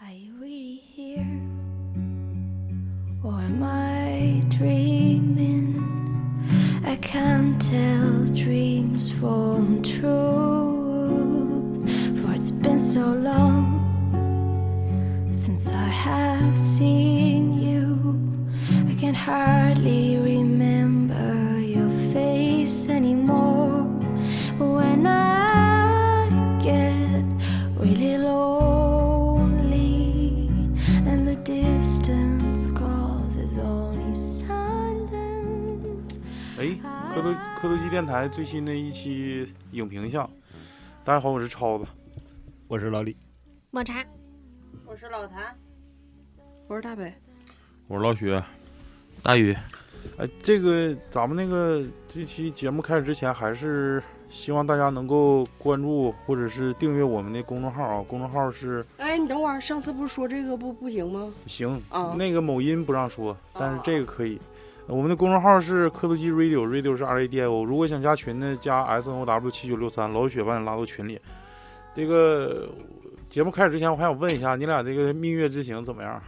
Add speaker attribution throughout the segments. Speaker 1: Are you really here? Or am I dreaming? I can't tell dreams from truth. For it's been so long since I have seen you. I can hardly remember your face anymore. But when I get really lonely and the distance causes only silence.
Speaker 2: 哎，科头科头机电台最新的一期影评下，大家好，我是超子。
Speaker 3: 我是老李，
Speaker 4: 抹茶，
Speaker 5: 我是老谭，
Speaker 6: 我是大北，
Speaker 7: 我是老许，大宇，
Speaker 2: 哎，这个咱们那个这期节目开始之前，还是希望大家能够关注或者是订阅我们的公众号啊，公众号是
Speaker 6: 哎，你等会儿，上次不是说这个不不行吗？
Speaker 2: 行，
Speaker 6: 啊
Speaker 2: 那个某音不让说，但是
Speaker 6: 啊
Speaker 2: 这个可以。呃我们的公众号是科头机 radio，radio 是 R A D I O。如果想加群的，加 S N O W 七九六三，老雪把你拉到群里。这个节目开始之前，我还想问一下，你俩这个蜜月之行怎么样？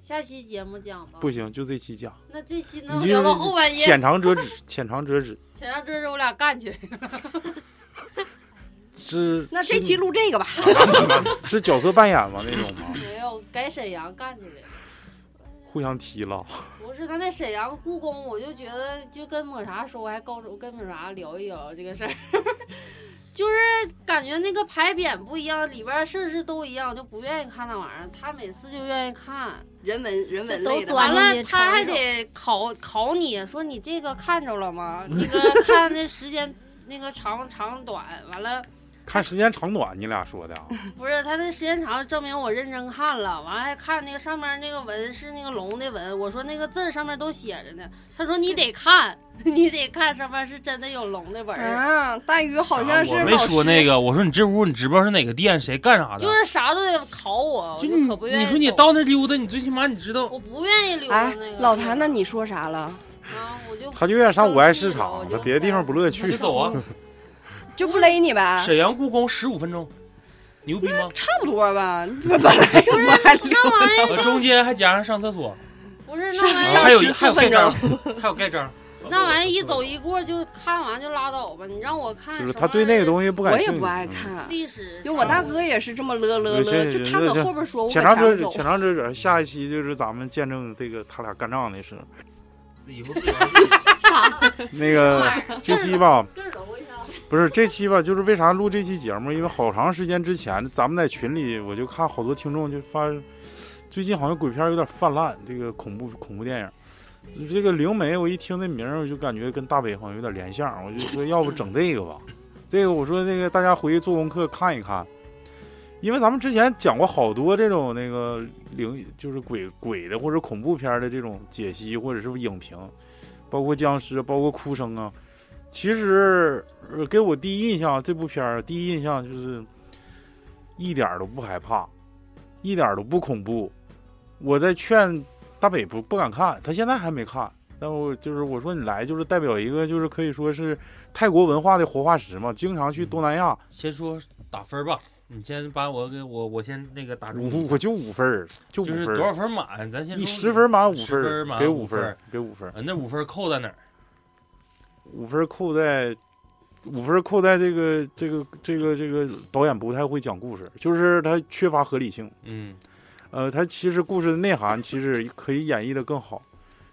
Speaker 5: 下期节目讲吧。
Speaker 2: 不行，就这期讲。
Speaker 5: 那这期能
Speaker 2: 你
Speaker 5: 聊
Speaker 2: 就
Speaker 5: 到后半
Speaker 2: 是
Speaker 5: 夜，
Speaker 2: 浅尝辄止，浅尝辄止。
Speaker 5: 想让这是我俩干去。
Speaker 2: 是
Speaker 6: 那这期录这个吧。
Speaker 2: 是是角色扮演吗？那种吗？
Speaker 5: 没有，改沈阳干去了。
Speaker 2: 互相踢了。
Speaker 5: 不是，他在沈阳故宫，我就觉得就跟抹茶说，我还高中跟抹茶聊一聊这个事儿， 就是感觉那个牌匾不一样，里边儿设置都一样，我就不愿意看那玩意儿。他每次就愿意看，
Speaker 6: 人文人文
Speaker 4: 都
Speaker 6: 类的吧，
Speaker 5: 完
Speaker 4: 钻完
Speaker 5: 了
Speaker 4: 了，
Speaker 5: 他
Speaker 4: 他
Speaker 5: 还
Speaker 4: 还
Speaker 5: 得考考你说你这个看着 了吗？那个看的时间 那个长长短，完了
Speaker 2: 看时间长短，你俩说的啊？
Speaker 5: 不是他那时间长，证明我认真看了，完了还看那个上面那个纹是那个龙的纹，我说那个字儿上面都写着呢，他说你得看， 你得看上面是真的有龙的纹儿。
Speaker 6: 啊，大鱼好像是
Speaker 7: 我没
Speaker 6: 老
Speaker 7: 说
Speaker 6: 师
Speaker 7: 那，个，我说你这屋你知不知道是哪个店，谁干啥的？
Speaker 5: 就是啥都得考我，我
Speaker 7: 就
Speaker 5: 就可不
Speaker 7: 你
Speaker 5: 愿意。
Speaker 7: 你说你
Speaker 5: 到，
Speaker 7: 到那溜达，你最起码你知道
Speaker 5: 我不愿意溜达
Speaker 6: 哎
Speaker 5: 那个。，
Speaker 6: 老谭，那你说啥了？
Speaker 5: 啊，我就
Speaker 2: 他就愿意上
Speaker 5: 生
Speaker 2: 五爱
Speaker 5: 气
Speaker 2: 市
Speaker 5: 了
Speaker 2: 场
Speaker 5: 我，
Speaker 2: 他
Speaker 5: 就
Speaker 2: 别的地方不乐意
Speaker 7: 那就
Speaker 2: 去。
Speaker 7: 走啊。
Speaker 6: 就不勒你呗，
Speaker 7: 沈阳故宫十五分钟，牛逼吗？
Speaker 6: 差不多吧。本来我还聊
Speaker 5: 那玩意儿
Speaker 7: 呃中间还加上上厕所，
Speaker 5: 不是那
Speaker 6: 上
Speaker 5: 玩意
Speaker 7: 然
Speaker 5: 儿
Speaker 7: 后
Speaker 6: 上
Speaker 7: 还有还
Speaker 6: 14
Speaker 7: 有盖
Speaker 6: 分
Speaker 7: 章，还有盖章。
Speaker 5: 那玩意一走一过就看完就拉倒吧，你让我看
Speaker 2: 就是
Speaker 5: 什
Speaker 2: 他
Speaker 5: 么
Speaker 2: 对那个东西不感
Speaker 6: 我
Speaker 2: 兴趣。嗯
Speaker 6: 也不
Speaker 7: 嗯
Speaker 6: 爱看，
Speaker 5: 历史，
Speaker 6: 因为我大哥也是这么勒勒勒，就他搁后边说，我搁
Speaker 2: 浅
Speaker 6: 前
Speaker 2: 尝辄
Speaker 6: 面
Speaker 2: 止，
Speaker 6: 走。
Speaker 2: 浅尝辄止。下一期就是咱们见证这个他俩干仗的事。
Speaker 7: 以后自己玩自己
Speaker 2: 那 个这期吧，
Speaker 5: 这是楼一下
Speaker 2: 不是这期吧，就是为啥录这期节目？因为好长时间之前，咱们在群里我就看好多听众就发，最近好像鬼片有点泛滥，这个恐怖恐怖电影，这个灵媒，我一听这名儿，我就感觉跟大北好像有点联想，我就说要不整这个吧，这个我说那个大家回去做功课看一看，因为咱们之前讲过好多这种那个灵，就是鬼鬼的或者恐怖片的这种解析或者是影评，包括僵尸，包括哭声啊。其实，呃，给我第一印象，这部片儿第一印象就是一点儿都不害怕，一点儿都不恐怖。我在劝大北不不敢看，他现在还没看。但我就是我说你来，就是代表一个就是可以说是泰国文化的活化石嘛，经常去东南亚，
Speaker 7: 先说打分吧，你先把我给我我先那个打住，
Speaker 2: 五我就五分儿，就五
Speaker 7: 嗯就是
Speaker 2: 分
Speaker 7: 多少
Speaker 2: 儿，
Speaker 7: 分满？咱先
Speaker 2: 一
Speaker 7: 说
Speaker 2: 十分满五
Speaker 7: 10
Speaker 2: 分
Speaker 7: 分
Speaker 2: 儿，
Speaker 7: 满
Speaker 2: 给
Speaker 7: 五
Speaker 2: 五分
Speaker 7: 分
Speaker 2: 儿
Speaker 7: 儿，
Speaker 2: 给五分儿，
Speaker 7: 啊，那五分扣在哪儿？
Speaker 2: 五分儿扣在五分儿扣在这个这个这个这个导演不太会讲故事，就是他缺乏合理性。
Speaker 7: 嗯，
Speaker 2: 呃，它其实故事的内涵其实可以演绎的更好，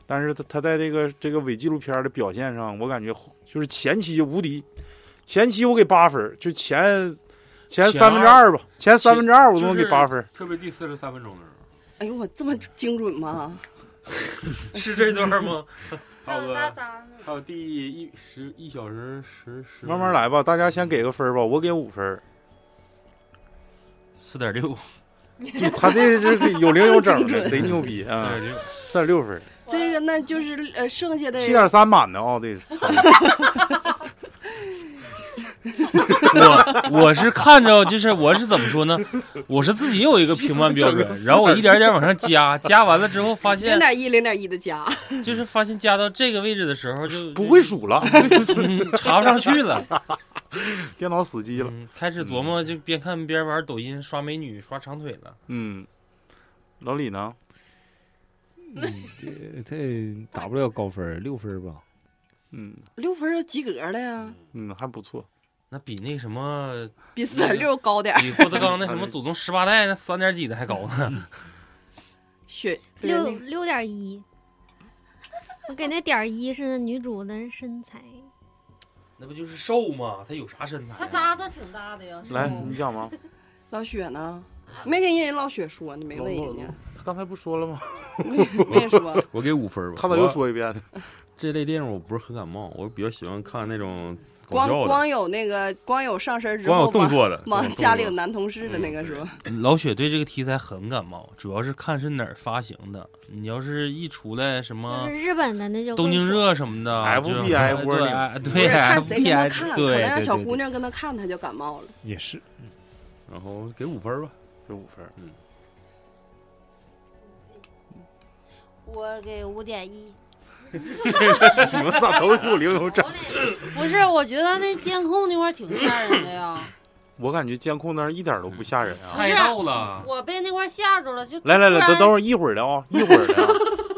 Speaker 2: 但是它它在这个这个伪纪录片儿的表现上，我感觉就是前期无敌，前期我给八分儿，就前前
Speaker 7: 前
Speaker 2: 三分之二吧，前三分之二我都能给
Speaker 7: 就是
Speaker 2: 八分儿，
Speaker 7: 特别第四十三分钟的时
Speaker 6: 哎呦，我这么精准吗？
Speaker 7: 候，是这段吗？
Speaker 5: 还有大渣呢，
Speaker 7: 还有第一十一小时十十
Speaker 2: 慢慢，来吧，大家先给个分儿吧，我给五分 儿，
Speaker 7: 四点六，
Speaker 2: 就他这这这有零有整
Speaker 6: 精
Speaker 2: 的，
Speaker 6: 准
Speaker 2: 贼牛逼
Speaker 7: 四
Speaker 2: 啊，
Speaker 7: 点六，
Speaker 2: 三十六分儿，
Speaker 6: 这个那就是呃，剩下的
Speaker 2: 七点三满的啊，这是。
Speaker 7: 嗯我我是看着就是我是怎么说呢？我是自己有一个评判标准，然后我一点点往上加，加完了之后发
Speaker 6: 零
Speaker 7: 现
Speaker 6: 点一零点一的加，
Speaker 7: 就是发现加到这个位置的时候就
Speaker 2: 不会、数了，
Speaker 7: 嗯查不上去 了，
Speaker 2: 电脑死机了。
Speaker 7: 嗯开始琢磨就边看边玩抖音刷美女刷长腿了。
Speaker 2: 嗯，老李呢？
Speaker 3: 嗯这这打不了高分儿，六分儿吧。
Speaker 2: 嗯
Speaker 6: 六分儿就及格了呀，
Speaker 2: 嗯，还不错。
Speaker 7: 那比那个什么，
Speaker 6: 比四点六高点儿。
Speaker 7: 比郭德纲那什么 祖宗十八代那三点几的还高呢。
Speaker 6: 雪不是
Speaker 4: 六
Speaker 6: 那个
Speaker 4: 六点一，我给那点儿一是女主的身材，
Speaker 7: 那不就是瘦吗？他有啥身材、啊
Speaker 5: 他渣子挺大的呀。是
Speaker 2: 来，
Speaker 5: 不
Speaker 2: 你讲吧。
Speaker 6: 老雪呢？没跟人家老雪说呢，没问人家，
Speaker 2: 他刚才不说了吗？
Speaker 6: 没 说。
Speaker 3: 我给五分儿吧。
Speaker 2: 他咋又说一遍呢？
Speaker 3: 这类电影我不是很感冒，我比较喜欢看那种
Speaker 6: 光
Speaker 3: 搞笑的，
Speaker 6: 光有那个光有上身之
Speaker 3: 光有
Speaker 6: 后
Speaker 3: 动
Speaker 6: 吧，
Speaker 3: 作的，光有
Speaker 6: 往
Speaker 3: 动
Speaker 6: 家里有
Speaker 3: 作哎的
Speaker 6: 男同事的那个是吧？
Speaker 7: 老雪对这个题材很感冒，主要是看是哪儿发行的。你要是一出来什
Speaker 4: 就
Speaker 7: 么
Speaker 4: 是日本的那就
Speaker 7: 啊东
Speaker 4: 更
Speaker 7: 京
Speaker 4: 火
Speaker 7: 热什么的
Speaker 2: FBI
Speaker 7: 就
Speaker 2: 窝里
Speaker 7: 对哎
Speaker 6: 不
Speaker 7: 对
Speaker 6: 是看谁跟他
Speaker 7: FBI
Speaker 6: 看，可能
Speaker 7: 对
Speaker 6: 让
Speaker 3: 对
Speaker 6: 小
Speaker 3: 对
Speaker 6: 姑娘跟他看，他就感冒了。
Speaker 3: 也是。嗯然后给五分儿吧，
Speaker 2: 给五分。
Speaker 5: 我给五点一。
Speaker 2: 你们咋都是五零后长？
Speaker 5: 不是，我觉得那监控那块儿挺吓人的 呀，
Speaker 2: 我感觉监控那儿一点都不吓人啊。
Speaker 7: 猜到了。
Speaker 5: 我被那块儿吓着了。就
Speaker 2: 来来来，
Speaker 5: 突
Speaker 2: 等
Speaker 5: 然
Speaker 2: 等会儿一会儿聊啊，一会儿聊。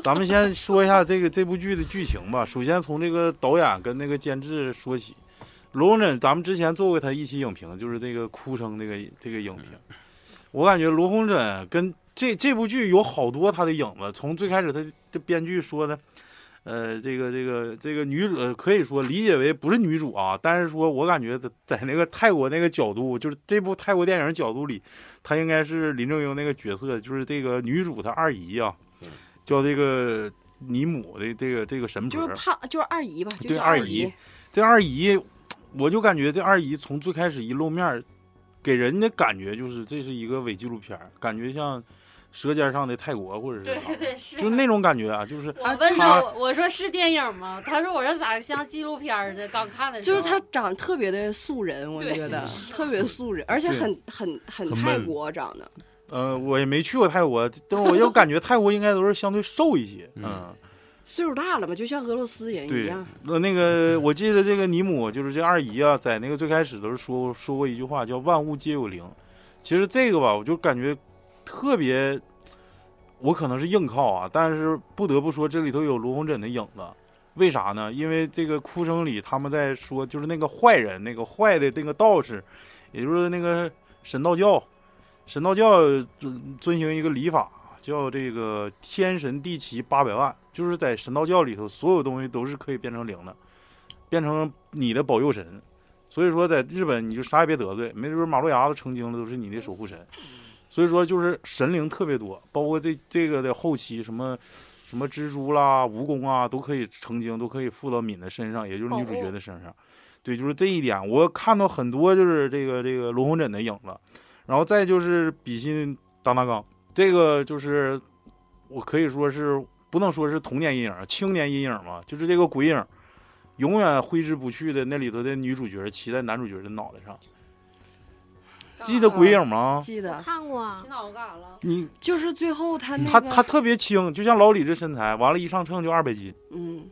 Speaker 2: 咱们先说一下这个这部剧的剧情吧。首先从这个导演跟那个监制说起。罗红枕，咱们之前做过他一期影评，就是这个哭声这个这个影评。我感觉罗红枕跟这这部剧有好多他的影子，从最开始他的编剧说的，呃，这个这个这个女主呃可以说理解为不是女主啊，但是说我感觉在在那个泰国那个角度，就是这部泰国电影角度里，她应该是林正英那个角色，就是这个女主她二姨啊
Speaker 3: 嗯，
Speaker 2: 叫这个尼姆的这个这个神
Speaker 6: 就
Speaker 2: 婆
Speaker 6: 是，胖，就是二姨吧，就
Speaker 2: 对
Speaker 6: 叫
Speaker 2: 二姨
Speaker 6: 姨。
Speaker 2: 这二姨，我就感觉这二姨从最开始一露面儿，给人的感觉就是这是一个伪纪录片儿，感觉像《舌尖上的泰国》或者是啥
Speaker 5: 对对是。
Speaker 2: 就是那种感觉啊，就是
Speaker 5: 我问
Speaker 2: 他
Speaker 5: 他，我我说是电影吗？他说我说咋像纪录片儿的？刚看的时
Speaker 6: 就
Speaker 5: 候
Speaker 6: 是她长得特别的素人，我
Speaker 5: 对
Speaker 6: 觉得特别素人，而且
Speaker 3: 对
Speaker 6: 很很很
Speaker 3: 很
Speaker 6: 泰
Speaker 3: 闷
Speaker 6: 国长得。
Speaker 2: 呃，我也没去过泰国，但是我又感觉泰国应该都是相对瘦一些，
Speaker 3: 嗯
Speaker 2: 嗯，
Speaker 6: 岁数大了嘛，就像俄罗斯人一
Speaker 2: 对
Speaker 6: 样。。
Speaker 2: 那那个，我记得这个尼姆就是这二姨啊，在那个最开始的时候说说过一句话，叫“万物皆有灵”。其实这个吧，我就感觉特别，我可能是硬靠啊，但是不得不说这里头有罗红枕的影子。为啥呢？因为这个哭声里他们在说，就是那个坏人，那个坏的那个道士，也就是那个神道教，神道教遵嗯遵循一个礼法，叫这个天神地奇八百万，就是在神道教里头，所有东西都是可以变成零的，变成你的保佑神。所以说，在日本你就啥也别得罪，没准马路牙子成精了都是你的守护神。所以说，就是神灵特别多，包括这这个的后期什么什么蜘蛛啦、蜈蚣啊，都可以成精，都可以附到敏的身上，也就是女主角的身上。对，就是这一点，我看到很多就是这个这个罗红枕的影子，然后再就是比心当当刚，这个就是我可以说是不能说是童年阴影，青年阴影嘛，就是这个鬼影，永远挥之不去的那里头的女主角骑在男主角的脑袋上，记得鬼影
Speaker 3: 啊
Speaker 2: 啊嗯吗？
Speaker 6: 记
Speaker 4: 我
Speaker 6: 得
Speaker 4: 看过，
Speaker 5: 啊洗脑干啥了？
Speaker 2: 你
Speaker 6: 就是最后他
Speaker 3: 嗯
Speaker 6: 那
Speaker 2: 他
Speaker 6: 个，
Speaker 2: 他特别轻，就像老李这身材，完了，一上秤就二百斤。
Speaker 6: 嗯，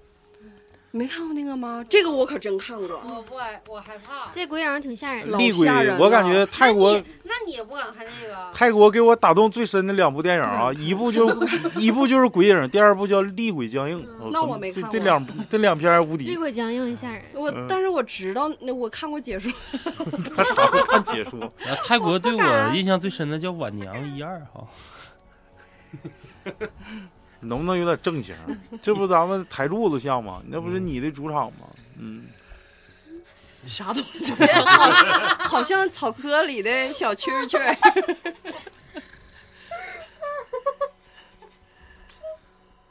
Speaker 6: 没看过那个吗？这个我可真看过。
Speaker 5: 我不爱，我害怕。
Speaker 4: 这鬼影挺吓人的
Speaker 6: 老。
Speaker 2: 厉鬼
Speaker 6: 吓人，啊了
Speaker 2: 我感觉泰国
Speaker 5: 那你那你也不敢看 这个？
Speaker 2: 泰国给我打动最深的两部电影 啊，一部就一部就是《鬼影》，第二部叫《厉鬼僵硬》。
Speaker 6: 那
Speaker 2: 操
Speaker 6: 我没
Speaker 2: 这
Speaker 6: 看
Speaker 2: 这
Speaker 6: 过
Speaker 2: 两这两片儿无
Speaker 4: 厉
Speaker 2: 敌，
Speaker 4: 鬼僵硬很吓人，
Speaker 6: 我
Speaker 2: 嗯
Speaker 6: 但是我知道，那我看过解说，
Speaker 2: 他啥都看解说。
Speaker 7: 然后呃泰国对我
Speaker 6: 啊
Speaker 7: 印象最深的叫晚娘一二 哈，
Speaker 2: 能不能有点正形？这不咱们台柱子像吗？那不是你的主场吗？嗯，
Speaker 6: 啥都好好像草科里的小蛐蛐。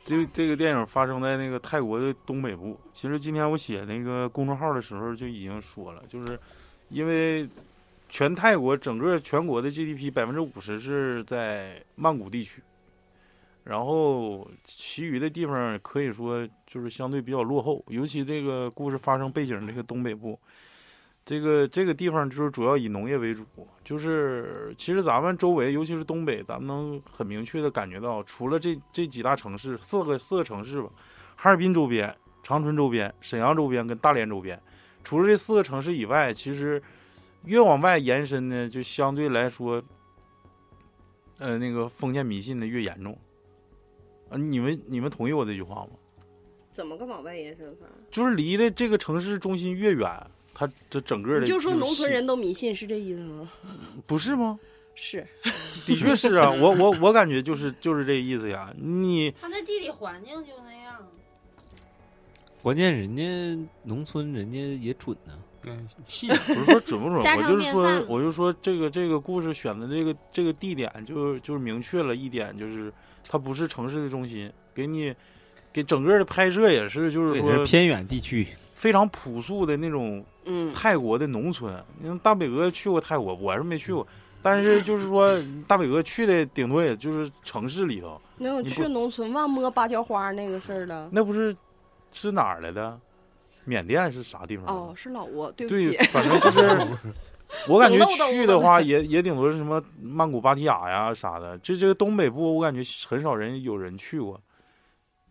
Speaker 2: 这这个电影发生在那个泰国的东北部。其实今天我写那个公众号的时候就已经说了，就是因为全泰国整个全国的 GDP 百分之五十是在曼谷地区，然后其余的地方可以说就是相对比较落后，尤其这个故事发生背景这个东北部。这个这个地方就是主要以农业为主，就是其实咱们周围，尤其是东北，咱们能很明确的感觉到，除了这这几大城市，四个四个城市吧，哈尔滨周边、长春周边、沈阳周边跟大连周边，除了这四个城市以外，其实越往外延伸呢，就相对来说呃那个封建迷信的越严重。啊，你们你们同意我这句话吗？
Speaker 6: 怎么个往外延伸法？
Speaker 2: 就是离的这个城市中心越远，它这整个的
Speaker 6: 你就说
Speaker 2: 这个
Speaker 6: 农村
Speaker 2: 系
Speaker 6: 人都迷信是这意思吗？
Speaker 2: 不是吗？
Speaker 6: 是，
Speaker 2: 的确是啊，我我我感觉就是就是这意思呀。你
Speaker 5: 他那地理环境就那样。
Speaker 8: 关键人家农村人家也准呢、
Speaker 7: 嗯，
Speaker 2: 不是说准不准，
Speaker 4: 家
Speaker 2: 我
Speaker 4: 常
Speaker 2: 就是
Speaker 4: 便
Speaker 2: 说
Speaker 4: 饭
Speaker 2: 我就说这个这个故事选的这个这个地点就就是明确了一点，就是它不是城市的中心，给你给整个的拍摄也是就是
Speaker 8: 对，这是
Speaker 2: 说
Speaker 8: 偏远地区，
Speaker 2: 非常朴素的那种
Speaker 6: 嗯，
Speaker 2: 泰国的农村。因为大北哥去过泰国，我是没去过，但是就是说大北哥去的顶多也就是城市里头，
Speaker 6: 没有
Speaker 2: 你
Speaker 6: 去
Speaker 2: 不
Speaker 6: 农村忘摸芭蕉花那个事儿了。
Speaker 2: 那不是是哪儿来的？缅甸是啥地方来的？
Speaker 6: 哦，是老挝，对不
Speaker 2: 对
Speaker 6: 起，，
Speaker 2: 反正 就是，我感觉
Speaker 6: 总漏洞
Speaker 2: 去的话也也顶多是什么曼谷、芭提雅呀啥的。这这个东北部，我感觉很少人有人去过。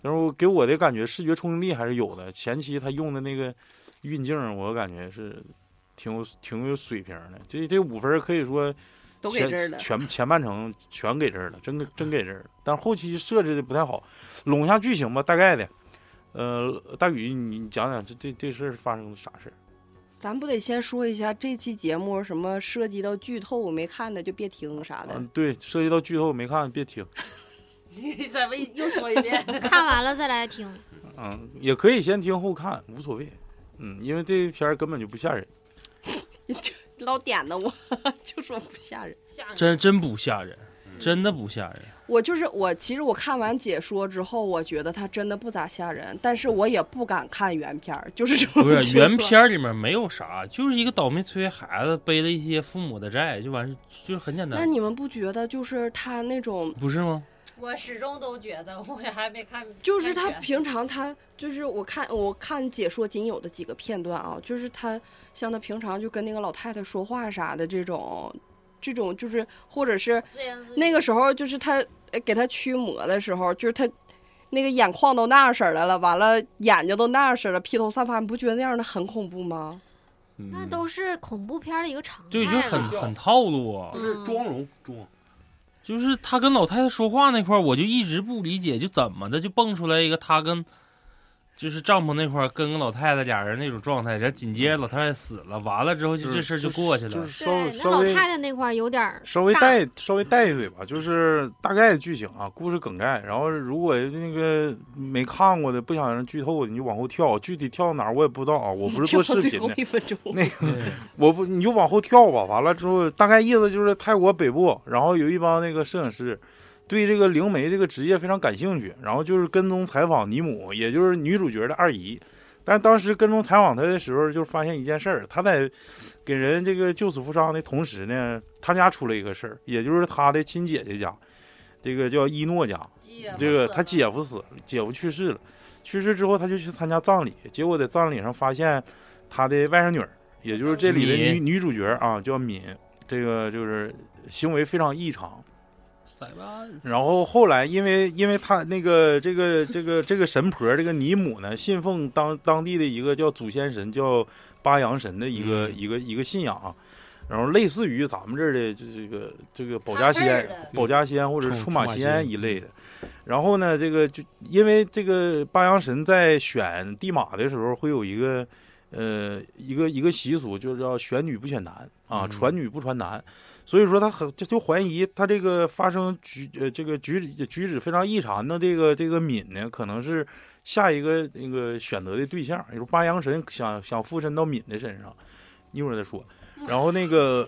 Speaker 2: 但是我给我的感觉，视觉冲击力还是有的。前期他用的那个运镜，我感觉是挺有挺有水平的。这这五分儿可以说
Speaker 6: 都给
Speaker 2: 前
Speaker 6: 这儿了。
Speaker 2: 全前半程全给这儿了，真给真给这儿了。但是后期设置的不太好，拢一下剧情吧，大概的。呃，大宇，你你讲讲这这这事儿发生的啥事儿？
Speaker 6: 咱不得先说一下这期节目什么涉及到剧透没看的就别听啥的
Speaker 2: 嗯，。对，涉及到剧透没看别听，
Speaker 5: 你怎么又说一遍？
Speaker 4: 看完了再来听。
Speaker 2: 嗯，也可以先听后看，无所谓，嗯，因为这片儿根本就不吓人，
Speaker 6: 老点的我 就说不吓人。
Speaker 5: 吓人！
Speaker 7: 真真不吓人，
Speaker 3: 嗯
Speaker 7: 真的不 吓人。
Speaker 6: 我就是我，其实我看完解说之后，我觉得它真的不咋吓人，但是我也不敢看原片儿，就是这么
Speaker 7: 不
Speaker 6: 情
Speaker 7: 是
Speaker 6: 况
Speaker 7: 原片儿里面没有啥，就是一个倒霉催孩子背了一些父母的债，就完事，就是很简
Speaker 6: 那
Speaker 7: 单，
Speaker 6: 你们不觉得就是他那种，
Speaker 7: 不是吗？
Speaker 5: 我始终都觉得，我也还没看，
Speaker 6: 就是他
Speaker 5: 看全
Speaker 6: 平常他就是我看我看解说仅有的几个片段啊，就是他像他平常就跟那个老太太说话啥的这种，这种就是或者是
Speaker 5: 自言自语
Speaker 6: 那个时候就是他呃给他驱魔的时候，就是他那个眼眶都那样式儿的了，完了眼睛都那样式儿了，披头散发，你不觉得那样的很恐怖吗？
Speaker 4: 那
Speaker 8: 嗯
Speaker 4: 都是恐怖片儿的一个常
Speaker 7: 就已经
Speaker 4: 态
Speaker 7: 很
Speaker 4: 了。
Speaker 7: 很套路啊。
Speaker 3: 就是
Speaker 6: 嗯
Speaker 5: 嗯
Speaker 3: 妆容妆，
Speaker 7: 就是他跟老太太说话那块儿，我就一直不理解，就怎么的就蹦出来一个他跟，就是帐篷那块儿跟个老太太俩人那种状态，然后紧接着老太太死了，完了之后就这事儿就过去了。
Speaker 2: 就是稍
Speaker 4: 对
Speaker 2: 微，
Speaker 4: 那
Speaker 2: 稍
Speaker 4: 老
Speaker 2: 微
Speaker 4: 太太那块儿有点儿
Speaker 2: 稍微
Speaker 4: 大
Speaker 2: 带稍微带一嘴吧，就是大概的剧情啊，故事梗概，然后如果那个没看过的不想让人剧透的，你就往后跳，具体跳到哪儿我也不知道啊，我不 是做
Speaker 6: 跳到
Speaker 2: 视
Speaker 6: 最
Speaker 2: 频
Speaker 6: 后
Speaker 2: 的，
Speaker 6: 一分钟，
Speaker 2: 那
Speaker 7: 对
Speaker 2: 我不，你就往后跳吧。完了之后，大概意思就是泰国北部，然后有一帮那个摄影师，对这个灵媒这个职业非常感兴趣，然后就是跟踪采访尼姆，也就是女主角的二姨。但是当时跟踪采访她的时候，就发现一件事儿，她在给人这个救死扶伤的同时呢，她家出了一个事儿，也就是她的亲姐姐家，这个叫伊诺家，
Speaker 5: 姐夫
Speaker 2: 这个
Speaker 5: 死
Speaker 2: 他
Speaker 5: 了
Speaker 2: 姐夫死了，姐夫去世了，去世之后他就去参加葬礼，结果在葬礼上发现他的外甥女儿，也就是这里的女女主角啊，叫敏，这个就是行为非常异常。
Speaker 7: 塞巴
Speaker 5: 嗯
Speaker 2: 然后后来因为因为他那个这个这个这个神婆这个尼姆呢，信奉当当地的一个叫祖先神叫巴扬神的一个、
Speaker 7: 嗯
Speaker 2: 一个一个信仰啊。然后类似于咱们这儿的这这个这个保
Speaker 5: 看
Speaker 2: 家
Speaker 5: 事
Speaker 2: 仙啊
Speaker 5: 儿的，
Speaker 2: 保家仙或者
Speaker 3: 冲
Speaker 2: 出
Speaker 3: 出
Speaker 2: 马
Speaker 3: 马
Speaker 2: 仙
Speaker 3: 仙
Speaker 2: 一类的。然后呢，这个就因为这个八阳神在选地马的时候，会有一个呃一个一个习俗，就是要选女不选男啊，
Speaker 7: 嗯
Speaker 2: 传女不传男。所以说他很就就怀疑他这个发生举呃这个举止举止非常异常的这个这个敏呢，可能是下一个那个选择的对象，也就是八阳神想想附身到敏的身上，一会儿再说。然后那个，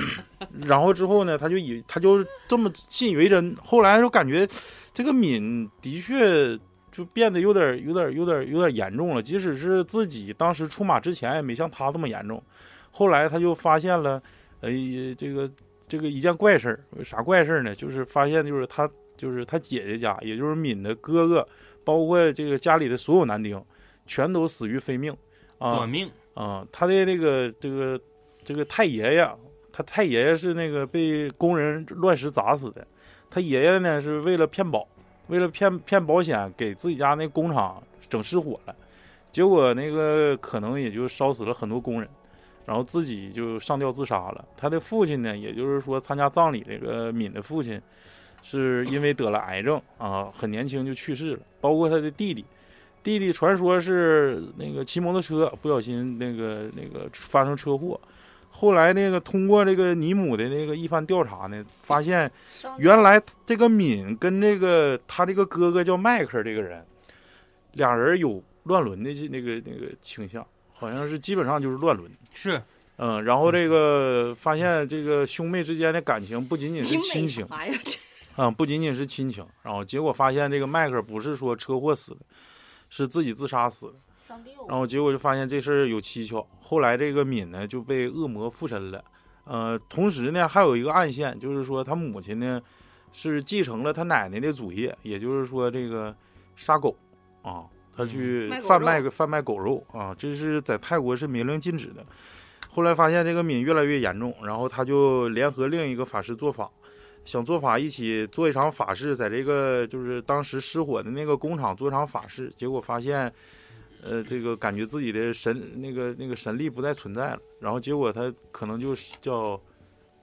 Speaker 2: 然后之后呢，他就以他就这么信以为真。后来就感觉这个敏的确就变得有点儿有点儿有点儿有点儿严重了，即使是自己当时出马之前也没像他这么严重。后来他就发现了，呃，这个这个一件怪事儿，啥怪事儿呢？就是发现就是他就是他姐姐家，也就是敏的哥哥，包括这个家里的所有男丁，全都死于非命啊。
Speaker 7: 短命，
Speaker 2: 啊、他的那个这个这个太爷爷，他太爷爷是那个被工人乱石砸死的，他爷爷呢是为了骗保，为了骗骗保险，给自己家那工厂整失火了，结果那个可能也就烧死了很多工人，然后自己就上吊自杀了。他的父亲呢，也就是说参加葬礼这个敏的父亲，是因为得了癌症啊，很年轻就去世了。包括他的弟弟，弟弟传说是那个骑摩托车不小心那个那个发生车祸。后来那个通过这个尼姆的那个一番调查呢，发现
Speaker 5: 生
Speaker 2: 原来这个敏跟这个他这个哥哥叫迈克尔这个人，俩人有乱伦的那个那个倾向，好像是基本上就是乱伦。
Speaker 7: 是
Speaker 2: 嗯，然后这个发现这个兄妹之间的感情不仅仅是亲情，
Speaker 6: 啥呀？
Speaker 2: 嗯，不仅仅是亲情，然后结果发现这个迈克尔不是说车祸死的，是自己自杀死的。
Speaker 5: 上吊，
Speaker 2: 然后结果就发现这事儿有蹊跷。后来这个敏呢就被恶魔附身了，呃，同时呢还有一个暗线，就是说他母亲呢是继承了他奶奶的祖业，也就是说这个杀狗啊，他去
Speaker 6: 卖狗肉
Speaker 2: 贩卖个贩卖狗肉啊，这是在泰国是明令禁止的。后来发现这个敏越来越严重，然后他就联合另一个法师做法，想做法一起做一场法事，在这个就是当时失火的那个工厂做一场法事，结果发现，呃，这个感觉自己的神那个那个神力不再存在了，然后结果他可能就是叫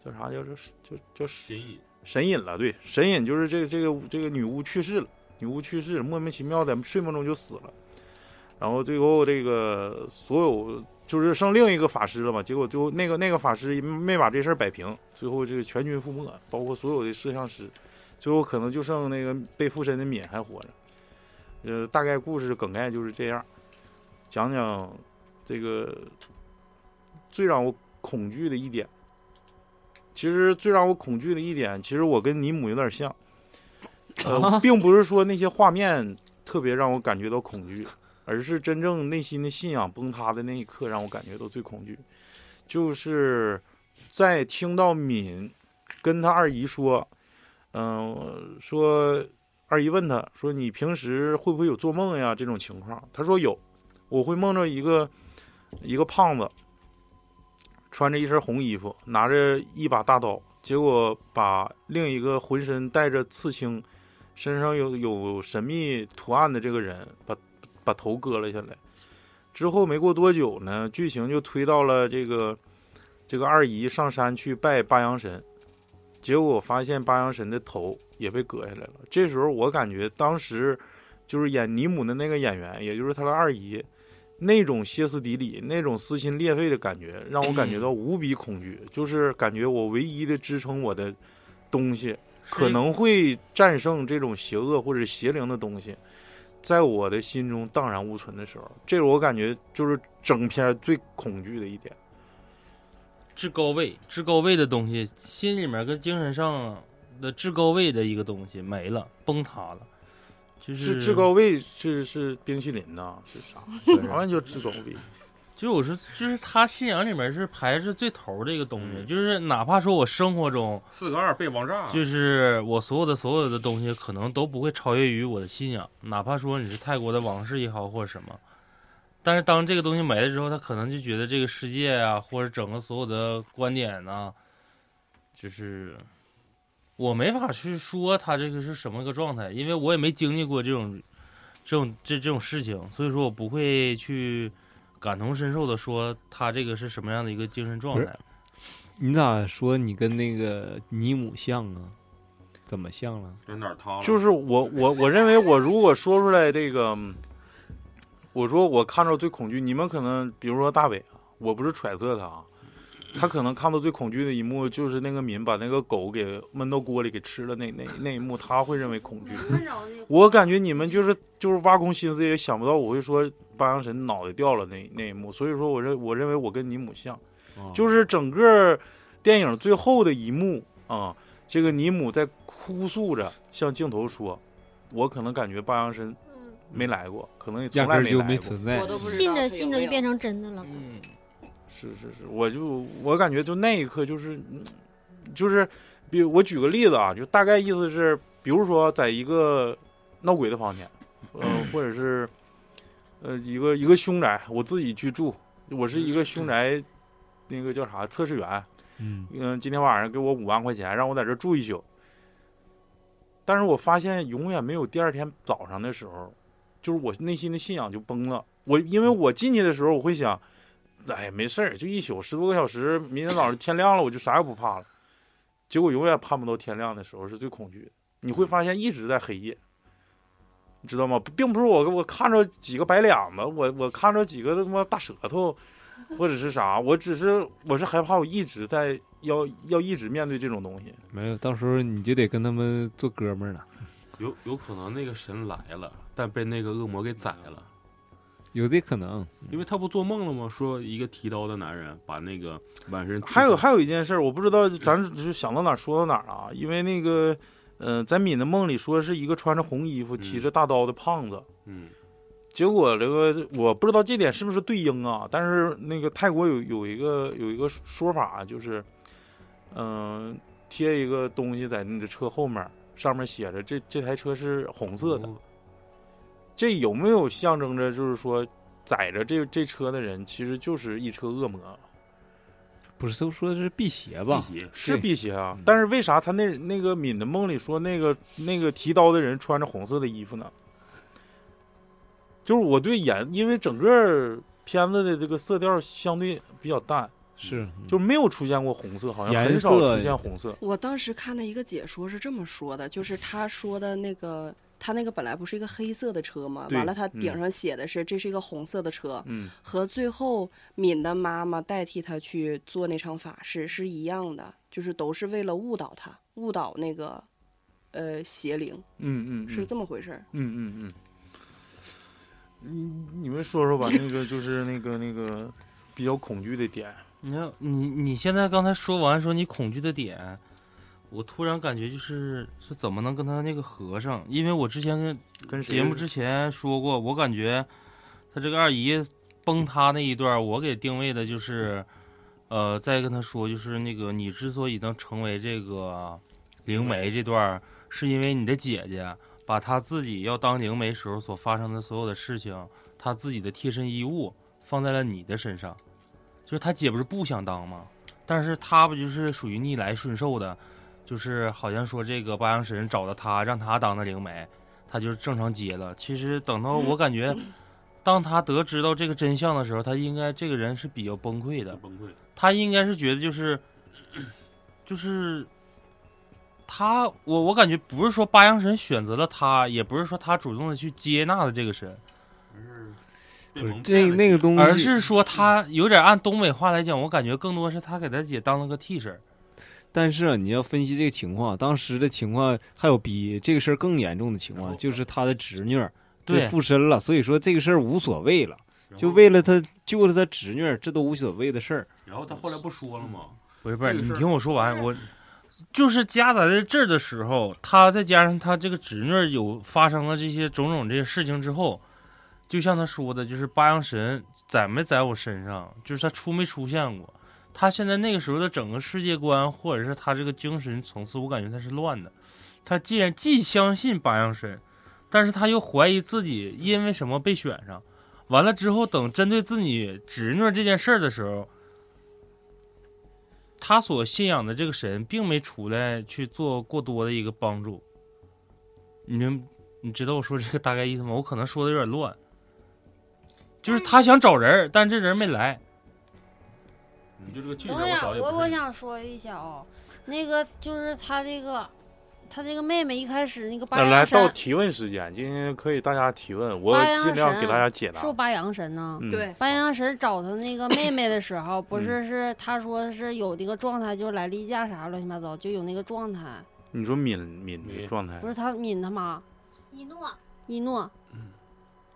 Speaker 2: 叫啥叫叫叫叫
Speaker 3: 协议
Speaker 2: 神隐了，对，神隐就是这个这个这个女巫去世了，女巫去世了莫名其妙在睡梦中就死了，然后最后这个所有就是剩另一个法师了嘛，结果最后那个那个法师没把这事儿摆平，最后这个全军覆没，包括所有的摄像师，最后可能就剩那个被附身的敏还活着，呃，大概故事梗概就是这样，讲讲这个最让我恐惧的一点。其实最让我恐惧的一点，其实我跟尼姆有点像，呃，并不是说那些画面特别让我感觉到恐惧，而是真正内心的信仰崩塌的那一刻让我感觉到最恐惧，就是在听到敏跟他二姨说，嗯、说二姨问他说你平时会不会有做梦呀这种情况，他说有，我会梦着一个一个胖子，穿着一身红衣服，拿着一把大刀，结果把另一个浑身带着刺青、身上有有神秘图案的这个人，把把头割了下来。之后没过多久呢，剧情就推到了这个这个二姨上山去拜八阳神，结果发现八阳神的头也被割下来了。这时候我感觉当时就是演尼姆的那个演员，也就是他的二姨，那种歇斯底里、那种撕心裂肺的感觉，让我感觉到无比恐惧，就是感觉我唯一的支撑我的东西，可能会战胜这种邪恶或者邪灵的东西，在我的心中荡然无存的时候，这是我感觉就是整片最恐惧的一点。
Speaker 7: 至高位，至高位的东西，心里面跟精神上的至高位的一个东西没了，崩塌了，就是
Speaker 2: 是至高位是是冰淇淋呐， 是啥？啥玩意儿叫至高位？
Speaker 7: 就是我说，就是他信仰里面是排是最头的一个东西，
Speaker 3: 嗯
Speaker 7: 就是哪怕说我生活中，
Speaker 3: 四个二被王炸，
Speaker 7: 就是我所有的所有的东西，可能都不会超越于我的信仰，哪怕说你是泰国的王室也好，或者什么。但是当这个东西没了之后，他可能就觉得这个世界啊，或者整个所有的观点呐、就是我没法去说他这个是什么个状态，因为我也没经历过这种这种这这种事情，所以说我不会去感同身受的说他这个是什么样的一个精神状
Speaker 8: 不是
Speaker 7: 态。
Speaker 8: 你咋说你跟那个尼姆像啊？怎么像了？
Speaker 3: 有哪儿塌 了？
Speaker 2: 就是我我我认为我如果说出来这个，嗯我说我看到最恐惧，你们可能比如说大伟啊，我不是揣测他啊，他可能看到最恐惧的一幕就是那个民把那个狗给闷到锅里给吃了那那那一幕，他会认为恐惧
Speaker 5: 没。问着那
Speaker 2: 我感觉你们就是就是挖空心思也想不到我会说八阳神脑袋掉了那那一幕，所以说我认我认为我跟尼姆像。
Speaker 8: 啊
Speaker 2: 就是整个电影最后的一幕啊，这个尼姆在哭诉着向镜头说：“我可能感觉八阳神
Speaker 5: 嗯，
Speaker 2: 没来过，可能也从
Speaker 8: 压
Speaker 2: 来
Speaker 8: 根儿就
Speaker 2: 来
Speaker 8: 没
Speaker 2: 过。
Speaker 8: 存在
Speaker 6: 我。都不知道
Speaker 4: 信
Speaker 6: 他有
Speaker 4: 着信着
Speaker 6: 没
Speaker 4: 就
Speaker 6: 有
Speaker 4: 变成真的了。
Speaker 7: 嗯，”
Speaker 2: 是是是，我就我感觉就那一刻就是，嗯就是，比如我举个例子啊，就大概意思是，比如说在一个闹鬼的房间，呃，或者是呃一个一个凶宅，我自己去住，我是一个凶宅，那个叫啥测试员，
Speaker 8: 嗯，
Speaker 2: 嗯，今天晚上给我五万块钱，让我在这儿住一宿。但是我发现永远没有第二天早上的时候，就是我内心的信仰就崩了。我因为我进去的时候，我会想，哎，没事儿，就一宿十多个小时，明天早上天亮了我就啥也不怕了。结果永远盼不到天亮的时候是最恐惧的，你会发现一直在黑夜，你知道吗？并不是我我看着几个白脸子，我我看着几个他妈大舌头，或者是啥，我只是我是害怕，我一直在要要一直面对这种东西。
Speaker 8: 没有，到时候你就得跟他们做哥们儿了。
Speaker 3: 有有可能那个神来了，但被那个恶魔给宰了，
Speaker 8: 有这可能，
Speaker 3: 因为他不做梦了吗？说一个提刀的男人把那个满身
Speaker 2: 还有还有一件事儿，我不知道咱就想到哪儿说到哪儿啊，因为那个，呃，在敏的梦里说是一个穿着红衣服、
Speaker 3: 嗯
Speaker 2: 提着大刀的胖子，
Speaker 3: 嗯
Speaker 2: 结果这个我不知道这点是不是对应啊，但是那个泰国有有一个有一个说法、啊就是，嗯、贴一个东西在你的车后面儿，上面写着这这台车是红色
Speaker 3: 嗯哦
Speaker 2: 的，这有没有象征着就是说载着这这车的人其实就是一车恶魔？啊
Speaker 8: 不是都说是辟邪吧？
Speaker 3: 辟邪
Speaker 2: 是
Speaker 8: 对
Speaker 2: 辟邪啊
Speaker 3: 嗯，
Speaker 2: 但是为啥他那那个敏的梦里说那个那个提刀的人穿着红色的衣服呢？就是我对颜，因为整个片子的这个色调相对比较淡，
Speaker 8: 是，
Speaker 3: 嗯
Speaker 2: 就没有出现过红色，好像
Speaker 8: 嗯颜
Speaker 2: 很少
Speaker 8: 色
Speaker 2: 出现红色。
Speaker 6: 我当时看的一个解说是这么说的，就是他说的那个，他那个本来不是一个黑色的车吗？
Speaker 2: 对
Speaker 6: 完了，他顶
Speaker 2: 嗯
Speaker 6: 上写的是这是一个红色的车，
Speaker 2: 嗯，
Speaker 6: 和最后敏的妈妈代替他去做那场法事是一样的，就是都是为了误导他，误导那个呃邪灵，
Speaker 2: 嗯嗯，
Speaker 6: 是这么回事儿。
Speaker 2: 嗯嗯嗯。你你们说说吧，那个就是那个那个比较恐惧的点，
Speaker 7: 你看，你你现在刚才说完说你恐惧的点，我突然感觉就是是怎么能跟他那个合上？因为我之前跟
Speaker 2: 跟谁
Speaker 7: 节目之前说过，我感觉他这个二姨崩塌那一段，我给定位的就是，呃，再跟他说就是那个你之所以能成为这个灵媒这段，是因为你的姐姐把她自己要当灵媒时候所发生的所有的事情，她自己的贴身衣物放在了你的身上，就是她姐不是不想当吗？但是她不就是属于逆来顺受的，就是好像说这个八阳神找到她，让她当的灵媒，她就正常接了。其实等到我感觉，当她得知到这个真相的时候，她应该这个人是比较崩溃的
Speaker 3: 是，崩溃，
Speaker 7: 他应该是觉得就是， 就是他，我我感觉不是说八阳神选择了他，也不是说他主动的去接纳了这个神，
Speaker 3: 而是被
Speaker 8: 不是
Speaker 3: 蒙
Speaker 8: 这
Speaker 3: 骗了
Speaker 8: 那个东西，
Speaker 7: 而是说他有点按东北话来讲，我感觉更多是他给他姐当了个替身。
Speaker 8: 但是啊，你要分析这个情况，当时的情况还有比这个事儿更严重的情
Speaker 3: 然
Speaker 2: 哦
Speaker 8: 况，
Speaker 3: 后
Speaker 8: 就是他的侄女儿被
Speaker 7: 对，
Speaker 8: 附身了，所以说这个事儿无所谓了，
Speaker 2: 哦
Speaker 3: 然后
Speaker 8: 就为了他救了他侄女儿，这都无所谓的事儿。
Speaker 3: 然后他后来不说了吗？
Speaker 7: 不是不是，
Speaker 3: 这个
Speaker 7: 你
Speaker 3: 事儿
Speaker 7: 听我说完，我就是夹杂在这儿的时候，他再加上他这个侄女儿有发生了这些种种这些事情之后，就像他说的，就是八阳神在没在我身上，就是他出没出现过。他现在那个时候的整个世界观，或者是他这个精神层次，我感觉他是乱的。他既然既相信八阳神，但是他又怀疑自己因为什么被选上。完了之后，等针对自己侄女儿这件事儿的时候，他所信仰的这个神并没出来去做过多的一个帮助。你们你知道我说这个大概意思吗？我可能说的有点乱，就是他想找人儿，但这人没来。
Speaker 3: 你就这个剧情
Speaker 5: 等会儿
Speaker 3: 我
Speaker 5: 啊，
Speaker 3: 早也不
Speaker 5: 我
Speaker 3: 是
Speaker 5: 我想说一下哦，那个就是他这个，他这个妹妹一开始那个八
Speaker 2: 那来
Speaker 5: 阳
Speaker 2: 到
Speaker 5: 神
Speaker 2: 提问时间，今天可以大家提问，我
Speaker 5: 八阳
Speaker 2: 尽量
Speaker 5: 神
Speaker 2: 给大家解答
Speaker 5: 是。八阳神呢？
Speaker 2: 嗯，
Speaker 6: 对，
Speaker 5: 八阳神找他那个妹妹的时候，不是是他说是有那个状态，就是来例假啥乱七八糟，就有那个状态，
Speaker 2: 你说敏敏的
Speaker 3: 敏
Speaker 2: 状态
Speaker 5: 不，是他敏他妈
Speaker 4: 一诺，
Speaker 5: 一诺，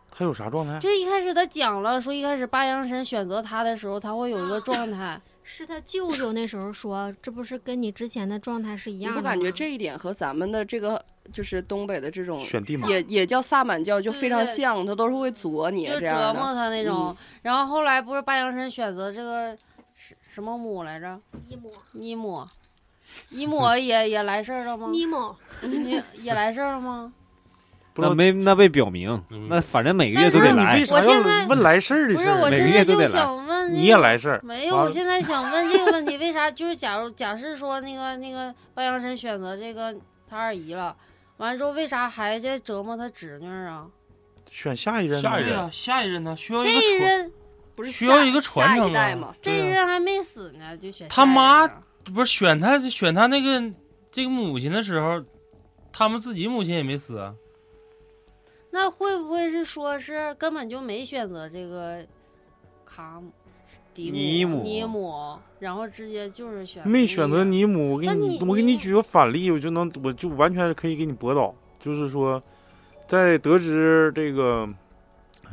Speaker 2: 他有啥状态？
Speaker 5: 就一开始他讲了，说一开始八阳神选择他的时候，他会有一个
Speaker 2: 啊
Speaker 5: 状态，
Speaker 4: 是他舅舅那时候说，这不是跟你之前的状态是一
Speaker 6: 你
Speaker 4: 样的
Speaker 6: 不
Speaker 4: 吗？
Speaker 6: 感觉这一点和咱们的这个就是东北的这种
Speaker 2: 选地嘛，
Speaker 6: 也也叫萨满教，就
Speaker 5: 对
Speaker 6: 非常
Speaker 5: 对对
Speaker 6: 像，他都是会啄你
Speaker 5: 就
Speaker 6: 这
Speaker 5: 折
Speaker 6: 样的。
Speaker 5: 磨他那种。
Speaker 2: 嗯
Speaker 5: 然后后来不是八阳神选择这个什什么母来着？
Speaker 4: 一模
Speaker 5: 尼姆，尼姆也也来事儿了吗？
Speaker 4: 尼莫，
Speaker 5: 也也来事儿了吗？
Speaker 2: 不知
Speaker 8: 那
Speaker 2: 道
Speaker 8: 没那被表明，
Speaker 3: 嗯
Speaker 8: 那反正每个月都
Speaker 5: 但
Speaker 8: 得
Speaker 5: 是
Speaker 2: 你
Speaker 8: 来
Speaker 2: 为。啥
Speaker 5: 我现在
Speaker 2: 要问来事儿的
Speaker 5: 不
Speaker 2: 事
Speaker 5: 是，我
Speaker 2: 儿？
Speaker 8: 每个
Speaker 5: 现
Speaker 8: 月
Speaker 5: 在
Speaker 8: 都
Speaker 5: 就
Speaker 8: 得来
Speaker 5: 想问、那个，
Speaker 2: 你也来事儿，
Speaker 5: 没有，
Speaker 2: 完了
Speaker 5: 我现在想问这个问题，为啥？就是假如假设说那个那个白阳神选择这个他二姨了，完了之后为啥还在折磨他侄女儿啊？
Speaker 2: 选下一任呢。
Speaker 3: 下一
Speaker 7: 对
Speaker 3: 任
Speaker 5: 哎
Speaker 7: 呀、下一任呢？需要一
Speaker 5: 这
Speaker 7: 个传
Speaker 5: 一任
Speaker 6: 不是
Speaker 7: 需
Speaker 6: 下
Speaker 7: 要一个传承啊
Speaker 6: 下一代嘛？
Speaker 5: 这
Speaker 7: 对啊
Speaker 5: 人还没死呢，就选
Speaker 7: 他
Speaker 5: 下一个啊
Speaker 7: 妈
Speaker 5: 了
Speaker 7: 不是选他选他那个这个母亲的时候，他们自己母亲也没死啊。
Speaker 5: 那会不会是说是根本就没选择这个卡姆、迪
Speaker 8: 尼
Speaker 5: 姆、
Speaker 8: 姆
Speaker 5: 尼姆，然后直接就是选
Speaker 2: 没
Speaker 5: 尼
Speaker 2: 选择
Speaker 5: 姆
Speaker 2: 尼姆，我给
Speaker 5: 但
Speaker 2: 你
Speaker 5: 你，
Speaker 2: 我给
Speaker 5: 你
Speaker 2: 你举个反例，我就能，我就完全可以给你驳倒。就是说，在得知这个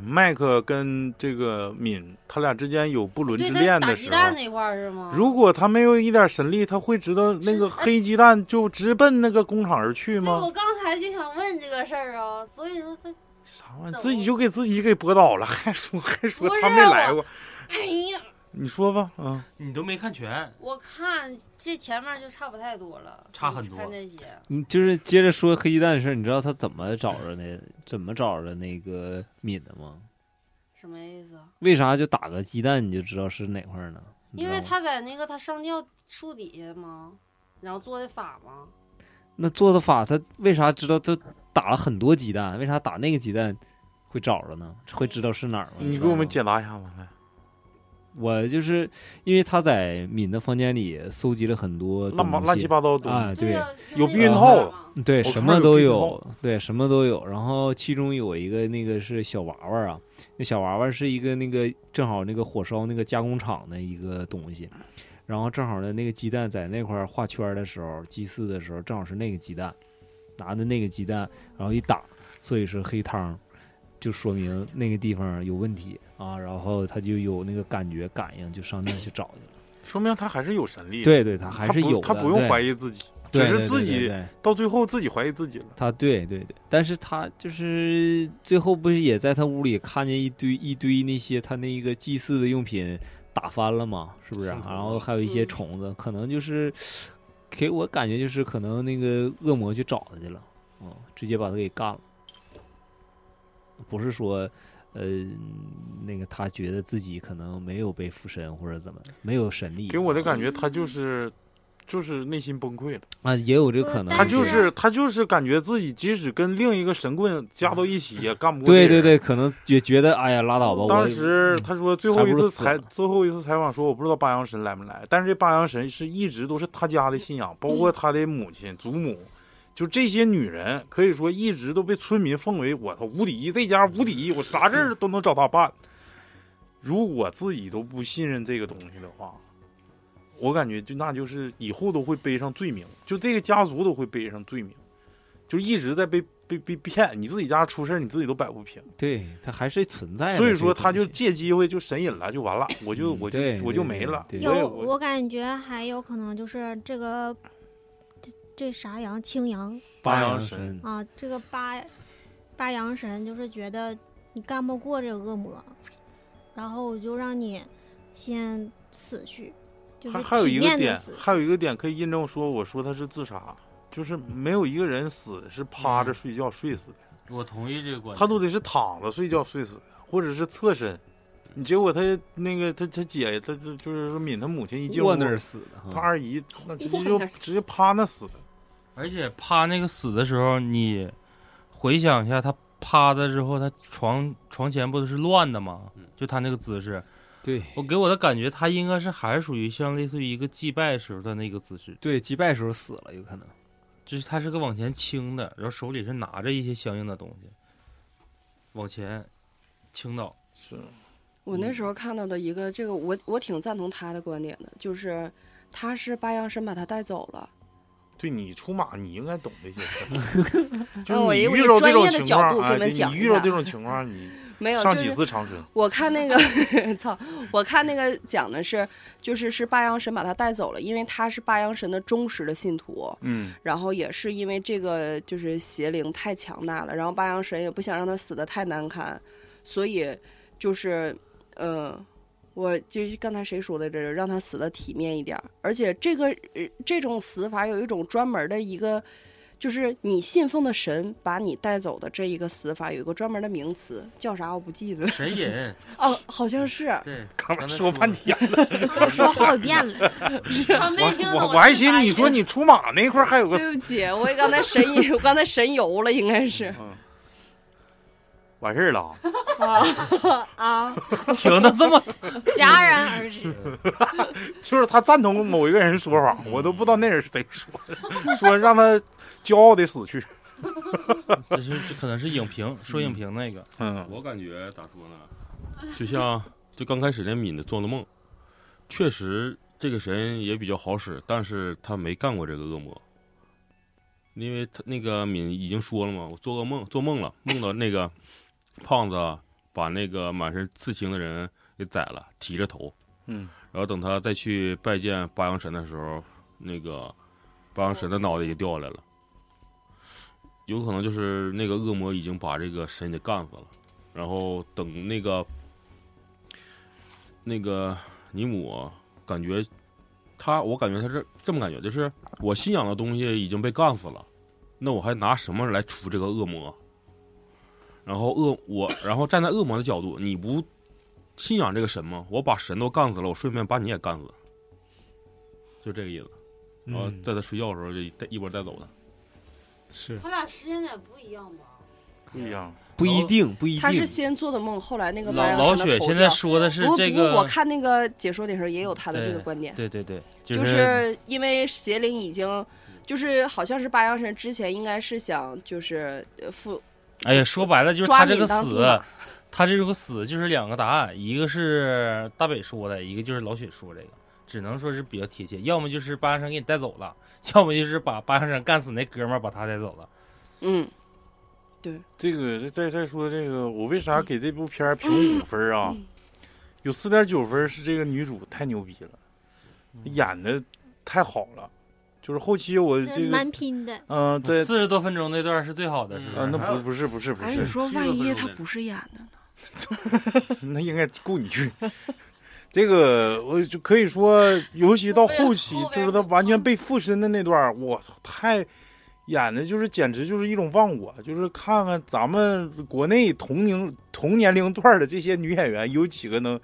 Speaker 2: 麦克跟这个敏他俩之间有不伦
Speaker 5: 对
Speaker 2: 之
Speaker 5: 他
Speaker 2: 恋
Speaker 5: 打
Speaker 2: 的
Speaker 5: 鸡
Speaker 2: 时
Speaker 5: 蛋
Speaker 2: 候，
Speaker 5: 那块儿是吗？
Speaker 2: 如果他没有一点神力，他会知道那
Speaker 5: 是
Speaker 2: 个
Speaker 5: 哎
Speaker 2: 黑鸡蛋就直奔那个工厂而去
Speaker 5: 对，
Speaker 2: 吗
Speaker 5: 我？刚才就想问这个事儿啊，所以说他
Speaker 2: 啥玩意儿？
Speaker 5: 怎么
Speaker 2: 自己就给自己给驳倒了， 还说还说
Speaker 5: 不是啊
Speaker 2: 他没来
Speaker 5: 我
Speaker 2: 过？
Speaker 5: 哎呀，
Speaker 2: 你说吧，嗯，
Speaker 7: 你都没看全，
Speaker 5: 我看这前面就差不太多了，
Speaker 7: 差很多
Speaker 5: 看这些，
Speaker 8: 你就是接着说黑鸡蛋的事儿，你知道他怎么找着的？怎么找着那个敏的吗？
Speaker 5: 什么意思啊？
Speaker 8: 为啥就打个鸡蛋你就知道是哪块儿呢？你知
Speaker 5: 因
Speaker 8: 道
Speaker 5: 为
Speaker 8: 吗
Speaker 5: 他在那个他上吊树底下嘛，然后做的法嘛，
Speaker 8: 那做的法，他为啥知道他打了很多鸡蛋？为啥打那个鸡蛋会找着呢？会知道是哪儿吗？
Speaker 2: 你
Speaker 8: 知
Speaker 2: 给
Speaker 8: 道
Speaker 2: 我们
Speaker 8: 吗
Speaker 2: 解答一下吧，
Speaker 8: 嗯
Speaker 2: 来，
Speaker 8: 我就是因为他在敏的房间里搜集了很多
Speaker 2: 乱八
Speaker 8: 东
Speaker 2: 乱
Speaker 8: 西
Speaker 2: 七八糟的东西。
Speaker 8: 啊，对，
Speaker 5: 呀、
Speaker 2: 有
Speaker 5: 就
Speaker 2: 避
Speaker 5: 那
Speaker 2: 孕
Speaker 5: 个
Speaker 2: 套
Speaker 5: 法嘛
Speaker 8: 对，
Speaker 2: 我
Speaker 8: 什
Speaker 2: 看着
Speaker 8: 么
Speaker 2: 有
Speaker 8: 都
Speaker 2: 冰
Speaker 8: 有，对，什么都有。然后其中有一个那个是小娃娃啊，那小娃娃是一个那个正好那个火烧那个加工厂的一个东西，然后正好呢那个鸡蛋在那块儿画圈儿的时候，祭祀的时候正好是那个鸡蛋，拿的那个鸡蛋，然后一打，所以是黑汤，就说明那个地方有问题啊。然后他就有那个感觉感应，就上那儿去找去了。
Speaker 2: 说明他还是有神力的。
Speaker 8: 对对，他
Speaker 2: 嗯
Speaker 8: 还
Speaker 2: 他
Speaker 8: 是
Speaker 2: 不
Speaker 8: 有的，
Speaker 2: 他不用怀
Speaker 8: 疑，
Speaker 2: 疑自己，
Speaker 8: 对
Speaker 2: 只
Speaker 8: 对
Speaker 2: 是
Speaker 8: 对
Speaker 2: 自
Speaker 8: 对
Speaker 2: 己
Speaker 8: 对
Speaker 2: 到最后自己怀疑自己了。
Speaker 8: 他对对对，但是他就是最后不是也在他屋里看见一堆一堆那些他那个祭祀的用品打翻了嘛，是不是啊、
Speaker 7: 上头了
Speaker 8: 然后还有一些虫子，可能就是给我感觉就是可能那个恶魔去找他去了，嗯，直接把他给干了。不是说，呃，那个他觉得自己可能没有被附身或者怎么的，没有神力，
Speaker 2: 给我的感觉，他就是就是内心崩溃了，
Speaker 8: 啊也有这个可能，
Speaker 4: 但
Speaker 2: 他就
Speaker 4: 但
Speaker 2: 是他就是感觉自己即使跟另一个神棍加到一起也干不过。
Speaker 8: 对对对，。可能也觉得哎呀拉倒吧，我
Speaker 2: 当时他说最后一
Speaker 8: 还不
Speaker 2: 次
Speaker 8: 如死
Speaker 2: 采嗯
Speaker 8: 了
Speaker 2: 最后一次采访说我不知道八阳神来没来，但是这八阳神是一直都是他家的信仰，包括他的母亲、祖母，就这些女人可以说一直都被村民奉为我操无敌，这家无敌，我啥事儿都能找他办。如果自己都不信任这个东西的话，我感觉就那就是以后都会背上罪名，就这个家族都会背上罪名，就一直在被被被骗，你自己家出事儿你自己都摆不平。
Speaker 8: 对，它还是存在的。
Speaker 2: 所以
Speaker 8: 这
Speaker 2: 说
Speaker 8: 个
Speaker 2: 他
Speaker 8: 东
Speaker 2: 就
Speaker 8: 西
Speaker 2: 借机会就神隐了，就完了，我就
Speaker 8: 嗯
Speaker 2: 我就
Speaker 8: 对
Speaker 2: 我
Speaker 8: 对
Speaker 2: 就
Speaker 8: 对
Speaker 2: 没了。
Speaker 8: 对
Speaker 2: 我也
Speaker 4: 有，
Speaker 2: 我
Speaker 4: 我感觉还有可能就是这个这这啥羊青羊
Speaker 2: 八阳
Speaker 8: 阳
Speaker 2: 神
Speaker 8: 神，
Speaker 4: 啊，这个八八阳神就是觉得你干不过这个恶魔，然后我就让你先死去，就是
Speaker 2: 还还有一
Speaker 4: 体
Speaker 2: 个
Speaker 4: 面的
Speaker 2: 点
Speaker 4: 死，。
Speaker 2: 还有一个点可以印证说，我说他是自杀，就是没有一个人死是趴着
Speaker 7: 嗯
Speaker 2: 睡觉睡死的，
Speaker 7: 我同意这个观点。
Speaker 2: 他都得是躺着睡觉睡死的，或者是侧身。你结果他那个他他姐他他就是说敏他母亲一进屋
Speaker 8: 卧，那儿死的
Speaker 2: 他
Speaker 8: 哈，
Speaker 2: 二 姨那直接
Speaker 6: 卧
Speaker 2: 就
Speaker 6: 那儿
Speaker 2: 直接趴那死的。
Speaker 7: 而且趴那个死的时候，你回想一下，他趴的之后，他床床前不都是乱的吗？就他那个姿势，
Speaker 8: 对
Speaker 7: 我给我的感觉，他应该是还是属于像类似于一个祭拜时候的那个姿势，
Speaker 8: 对，击败时候死了有可能。
Speaker 7: 就是他是个往前倾的，然后手里是拿着一些相应的东西，往前倾倒。
Speaker 2: 是，
Speaker 6: 我
Speaker 2: 嗯
Speaker 6: 那时候看到的一个这个，我我挺赞同他的观点的，就是他是八阳神把他带走了，
Speaker 2: 对你出马，你应该懂这些事 儿。就
Speaker 6: 那哦我
Speaker 2: 是
Speaker 6: 以
Speaker 2: 你
Speaker 6: 我
Speaker 2: 遇
Speaker 6: 以
Speaker 2: 到这
Speaker 6: 专
Speaker 2: 种
Speaker 6: 业的
Speaker 2: 情
Speaker 6: 角
Speaker 2: 况
Speaker 6: 度给
Speaker 2: 啊，
Speaker 6: 你们
Speaker 2: 对
Speaker 6: 讲
Speaker 2: 你
Speaker 6: 一
Speaker 2: 遇到
Speaker 6: 下
Speaker 2: 这种情况，你
Speaker 6: 没有
Speaker 2: 上
Speaker 6: 就
Speaker 2: 几
Speaker 6: 是
Speaker 2: 次长春？
Speaker 6: 我看那个， 操！我看那个讲的是，就是是八阳神把他带走了，因为他是八阳神的忠实的信徒，
Speaker 2: 嗯，
Speaker 6: 然后也是因为这个就是邪灵太强大了，然后八阳神也不想让他死的太难堪，所以就是，呃，我就是刚才谁说的这个，让他死的体面一点儿，而且这个、呃、这种死法有一种专门的一个。就是你信奉的神把你带走的这一个死法，有一个专门的名词，叫啥我不记得了。
Speaker 7: 神隐，
Speaker 6: 哦，好像是，
Speaker 7: 对，
Speaker 2: 刚才
Speaker 7: 才
Speaker 2: 说
Speaker 7: 说
Speaker 2: 半
Speaker 7: 半
Speaker 2: 天，
Speaker 4: 我说好几遍了，
Speaker 5: 他没听懂
Speaker 2: 我我还
Speaker 5: 是
Speaker 2: 寻
Speaker 5: 啥
Speaker 2: 思
Speaker 5: 意
Speaker 2: 你
Speaker 5: 思
Speaker 2: 说你出马那块儿还有个，
Speaker 6: 对不起，我 刚才神游，我刚才神游了，应该是。
Speaker 2: 嗯，完事儿了啊。
Speaker 5: 啊啊，
Speaker 7: 停的这么
Speaker 5: 戛然而止。
Speaker 2: 就是他赞同某一个人说法，我都不知道那人是谁说的， 说让他骄傲的死去。
Speaker 7: 这是这可能是影评说影评那个，
Speaker 2: 嗯，
Speaker 3: 我感觉咋说呢？ 就像就刚开始那敏的做的梦，确实这个神也比较好使，但是他没干过这个恶魔，因为他那个敏已经说了嘛，我做噩梦做梦了，梦到那个胖子把那个满身刺青的人给宰了，提着头，
Speaker 2: 嗯，
Speaker 3: 然后等他再去拜见八阳神的时候，那个八阳神的脑袋就掉下来了。有可能就是那个恶魔已经把这个神给干死了，然后等那个那个尼姆感觉他，我感觉他是这么感觉，就是我信仰的东西已经被干死了，那我还拿什么来除这个恶魔？然后恶我，然后站在恶魔的角度，你不信仰这个神吗？我把神都干死了，我顺便把你也干死，就这个意思。然后在他睡觉的时候就一带一波带走他。
Speaker 8: 是
Speaker 5: 他俩时间点不一样吧？
Speaker 2: 不一样。
Speaker 8: 不一定，不一定。
Speaker 6: 他是先做的梦，后来那个白
Speaker 7: 老
Speaker 6: 羊
Speaker 7: 老
Speaker 6: 神的
Speaker 7: 雪
Speaker 6: 头
Speaker 7: 现在
Speaker 6: 掉
Speaker 7: 说的是
Speaker 6: 不过
Speaker 7: 这
Speaker 6: 不过我
Speaker 7: 个，
Speaker 6: 看那个解说的时候也有他的这个观点，
Speaker 7: 对对对，
Speaker 6: 就是是因为邪灵已经，就是好像是八阳神之前应该是想就是呃复
Speaker 7: 哎呀，说白了就是
Speaker 6: 抓
Speaker 7: 他这
Speaker 6: 敏
Speaker 7: 个
Speaker 6: 当兵
Speaker 7: 死
Speaker 6: 嘛，
Speaker 7: 他这个死就是两个答案，一个是大北说的，一个就是老雪说这个，只能说是比较贴切，要么就是八阳山给你带走了， 要么就是把八阳山干死那哥们儿把他带走了。
Speaker 6: 嗯，
Speaker 2: 这个再再再说这个，我为啥给这部片儿
Speaker 6: 嗯
Speaker 2: 评五分儿啊？有四点九分儿是这个女主太牛逼了，演的太好了。就是后期我 这个，
Speaker 4: 呃蛮拼的。
Speaker 2: 嗯、在
Speaker 7: 四十多分钟那段是最好的，是不
Speaker 2: 啊，
Speaker 7: 是？
Speaker 8: 嗯
Speaker 2: 那不不是不是不
Speaker 6: 哎，你
Speaker 2: 是，
Speaker 6: 说
Speaker 3: 是
Speaker 6: 万
Speaker 3: 有可
Speaker 6: 一
Speaker 3: 能
Speaker 6: 他
Speaker 3: 的
Speaker 6: 不是演的呢？
Speaker 2: 那应该雇你去。 这个我就可以说，尤其到后期，
Speaker 5: 后边
Speaker 2: 就是他完全被附身的那段儿，我操，太演的就是简直就是一种忘我，就是看看咱们国内同龄同年龄段儿的这些女演员，有几个能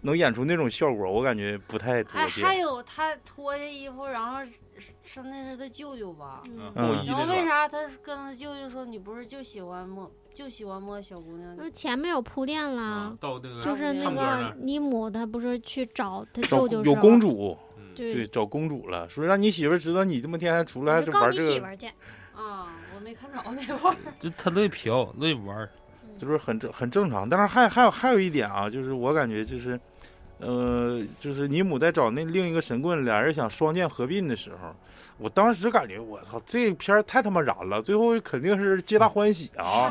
Speaker 2: 能演出那种效果，我感觉不太多
Speaker 5: 哎，还
Speaker 2: 见。
Speaker 5: 有他脱下衣服，然后是是那是他舅舅吧？
Speaker 4: 嗯，
Speaker 2: 嗯
Speaker 3: 后 羿
Speaker 5: 然后
Speaker 3: 那
Speaker 5: 哦为
Speaker 8: 啊
Speaker 3: 个
Speaker 5: 啥他跟他舅舅说你不是就喜欢摸就喜欢摸小姑娘
Speaker 4: 那？前面有铺垫
Speaker 3: 啊
Speaker 4: 了，，
Speaker 3: 到那个
Speaker 4: 就是那
Speaker 5: 唱歌
Speaker 4: 个
Speaker 3: 那儿
Speaker 4: 尼姆他不是去找他
Speaker 2: 找
Speaker 4: 舅舅
Speaker 2: 有
Speaker 4: 是
Speaker 2: 公
Speaker 4: 吧，
Speaker 2: 主，对，
Speaker 4: 对，
Speaker 2: 找公主了，说让你媳妇儿知道你这么天还出来
Speaker 4: 我
Speaker 2: 还
Speaker 4: 就是告
Speaker 2: 玩
Speaker 4: 你
Speaker 2: 这
Speaker 4: 媳
Speaker 2: 个
Speaker 4: 妇，儿去。
Speaker 5: 啊，我没看着那块儿。
Speaker 7: 就他乐意嫖，乐意玩儿。
Speaker 2: 就是很正很正常。但是还还有还有一点啊，就是我感觉就是，呃，就是尼姆在找那另一个神棍，俩人想双剑合并的时候，我当时感觉我操，这片儿太他妈燃了，最后肯定是皆大欢喜 啊！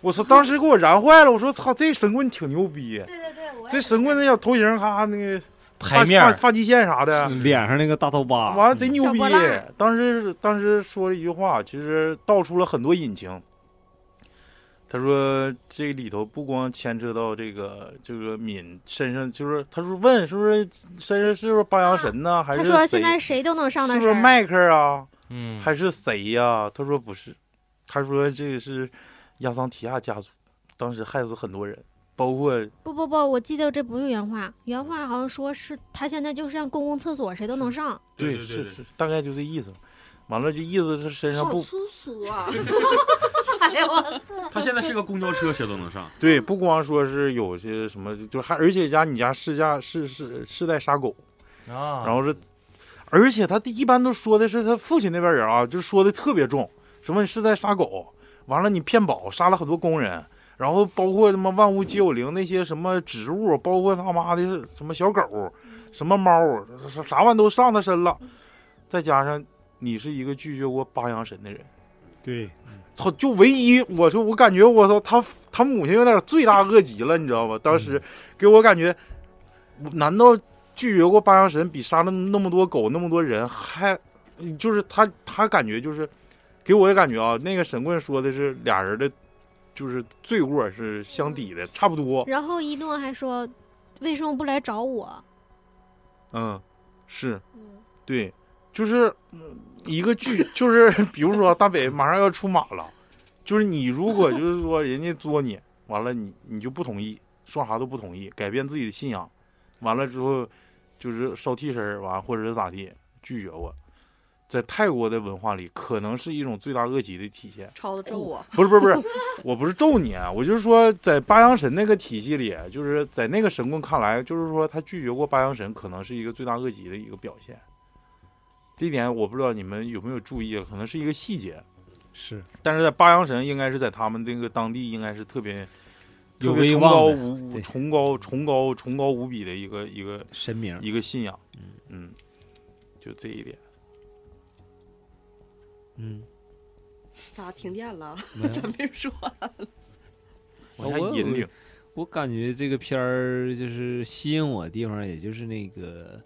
Speaker 2: 我操，当时给我燃坏了，我说操，这神棍挺牛逼，
Speaker 5: 对对对，我
Speaker 2: 这神棍那小头型，咔那个
Speaker 7: 牌面
Speaker 2: 发
Speaker 7: 儿
Speaker 2: 发发际线啥的，
Speaker 8: 脸上那个大刀疤，
Speaker 2: 完了贼牛
Speaker 4: 小
Speaker 2: 逼
Speaker 4: 波浪！
Speaker 2: 当时当时说了一句话，其实道出了很多隐情。他说这里头不光牵扯到这个这个敏身上，就是他说问是不是身上是不是八阳神呢？还
Speaker 4: 他
Speaker 2: 是
Speaker 4: 说
Speaker 2: 谁
Speaker 4: 现在谁都能上
Speaker 2: 是
Speaker 4: 那
Speaker 2: 不是
Speaker 4: 身儿，
Speaker 2: 迈克尔啊？
Speaker 7: 嗯，
Speaker 2: 还是谁呀、他说不是，他说这个是亚桑提亚家族，当时害死很多人，包括
Speaker 4: 不不不，我记得这不是原话，原话好像说是他现在就像公共厕所谁都能
Speaker 8: 哦
Speaker 4: 上，
Speaker 3: 对对
Speaker 2: 是
Speaker 3: 对
Speaker 2: 是，大概就这意思。完了，就意思是身上不
Speaker 6: 粗俗 啊！
Speaker 5: 哎呦我操，
Speaker 3: 他现在是个公交车，谁都能上。
Speaker 2: 对，不光说是有些什么，就还而且家你家是家是是是在杀狗，
Speaker 7: 啊，
Speaker 2: 然后是，而且他一般都说的是他父亲那边人啊，就说的特别重，什么是在杀狗，完了你骗保杀了很多工人，然后包括他妈万物皆有灵那些什么植物，包括他妈的什么小狗，什么猫，啥啥玩意都上他身了，再加上你是一个拒绝过八阳神的人。
Speaker 8: 对，
Speaker 2: 操，就唯一，我说我感觉我操，他他母亲有点罪大恶极了，你知道吗？当时给我感觉，难道拒绝过八阳神比杀了那么多狗、那么多人还，就是他他感觉就是，给我的感觉啊，那个神棍说的是俩人的，就是罪过是相抵的，差不多，
Speaker 4: 然后一诺还说为什么不来找我？
Speaker 2: 嗯，是
Speaker 4: 嗯，
Speaker 2: 对，就是嗯一个剧， 就是比如说大北马上要出马了，就是你如果就是说人家作你，完了你你就不同意，说啥都不同意，改变自己的信啊仰，完了之后就是烧替身儿，完或者是咋地拒绝我，在泰国的文化里，可能是一种罪大恶极的体现。
Speaker 6: 超子咒我，
Speaker 2: 不是不是不是，我不是咒你啊，我就是说，在八阳神那个体系里，就是在那个神棍看来，就是说他拒绝过八阳神，可能是一个罪大恶极的一个表现。这一点我不知道你们有没有注意，啊可能是一个细节，
Speaker 8: 是
Speaker 2: 但是在八阳神应该是在他们那个当地应该是特别
Speaker 8: 有
Speaker 2: 特别
Speaker 8: 威
Speaker 2: 崇
Speaker 8: 望
Speaker 2: 高
Speaker 8: 的
Speaker 2: 无
Speaker 8: 对
Speaker 2: 崇高崇高崇高无比的一个一个
Speaker 8: 神 明。
Speaker 2: 一个信仰，嗯，就这一点。
Speaker 8: 嗯，
Speaker 6: 咋停电了？
Speaker 8: 没 有
Speaker 6: 咱没说，
Speaker 2: 往下
Speaker 8: 我
Speaker 2: 引领，
Speaker 8: 我感觉这个片儿就是吸引我的地方，也就是那个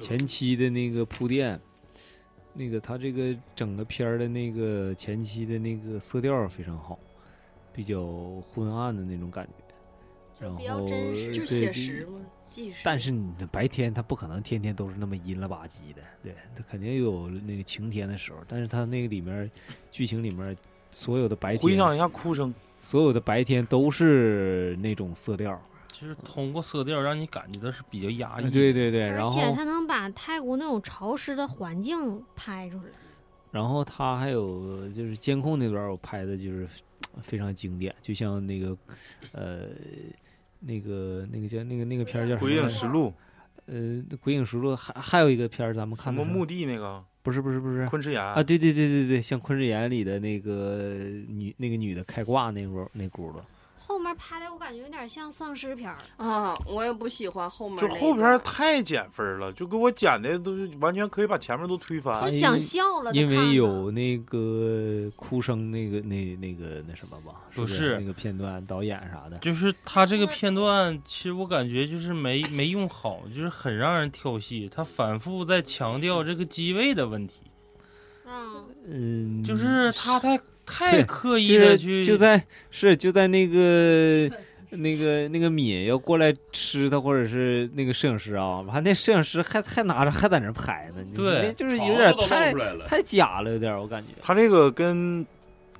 Speaker 8: 前期的那个铺垫，那个他这个整个片儿的那个前期的那个色调非常好，比较昏暗的那种感觉，然
Speaker 5: 比较
Speaker 8: 后
Speaker 5: 真实
Speaker 6: 就
Speaker 8: 对
Speaker 6: 写实嘛，纪实。
Speaker 8: 但是你的白天他不可能天天都是那么阴了吧唧的，对他肯定有那个晴天的时候，但是他那个里面剧情里面所有的白
Speaker 2: 回
Speaker 8: 天，
Speaker 2: 想一下哭 声，
Speaker 8: 所有的白天都是那种色调，
Speaker 7: 就是通过色调让你感觉到是比较压抑。
Speaker 8: 啊对，对对，
Speaker 4: 而
Speaker 8: 然后
Speaker 4: 且他能把泰国那种潮湿的环境拍出来。
Speaker 8: 然后他还有就是监控那段儿我拍的就是非常经典，就像那个呃那个那个叫那个那个片儿叫
Speaker 2: 《
Speaker 8: 什
Speaker 2: 鬼
Speaker 8: 么
Speaker 2: 影
Speaker 8: 来
Speaker 2: 实
Speaker 8: 着？
Speaker 2: 录
Speaker 8: 呃，《鬼影实录》还还有一个片儿咱们》
Speaker 2: 什
Speaker 8: 看的
Speaker 2: 么
Speaker 8: 时候
Speaker 2: 墓地那个
Speaker 8: 不是不是不是
Speaker 2: 昆池岩
Speaker 8: 啊，对对对对对，像《昆池岩》里的那个女那个女的开挂那轱那轱辘，
Speaker 4: 后面拍的我感觉有点像丧尸片儿，
Speaker 6: 啊，我也不喜欢后面
Speaker 2: 就
Speaker 6: 那一
Speaker 2: 后边
Speaker 6: 段
Speaker 2: 儿太减分儿了，就给我剪的都是完全可以把前面都推翻
Speaker 8: 哎
Speaker 4: 就
Speaker 8: 他。
Speaker 4: 想笑了。
Speaker 8: 因
Speaker 4: 都看
Speaker 8: 为
Speaker 4: 着
Speaker 8: 有那个哭声那个那那个那什么吧，
Speaker 7: 不
Speaker 8: 是
Speaker 7: 是
Speaker 8: 那个片段导演啥的，
Speaker 7: 就是他这个片段，其实我感觉就是没没用好，就是很让人跳戏。他反复在强调这个机位的问题，
Speaker 5: 嗯，
Speaker 8: 嗯，
Speaker 7: 就是他太太
Speaker 8: 对
Speaker 7: 刻意
Speaker 8: 就
Speaker 7: 的
Speaker 8: 是
Speaker 7: 去
Speaker 8: 就在是就在 那个那个那个敏要过来吃他，或者是那个摄影师啊，完那摄影师还还拿着还在那儿拍呢，你
Speaker 7: 对
Speaker 8: 那就是
Speaker 3: 肠
Speaker 8: 有
Speaker 3: 子
Speaker 8: 点
Speaker 3: 都露
Speaker 8: 太
Speaker 3: 出来了。
Speaker 8: 太假了，有点儿我感觉。
Speaker 2: 他这个跟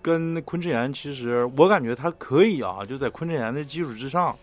Speaker 2: 跟昆池岩，其实我感觉他可以啊，就在昆池岩的基础之上，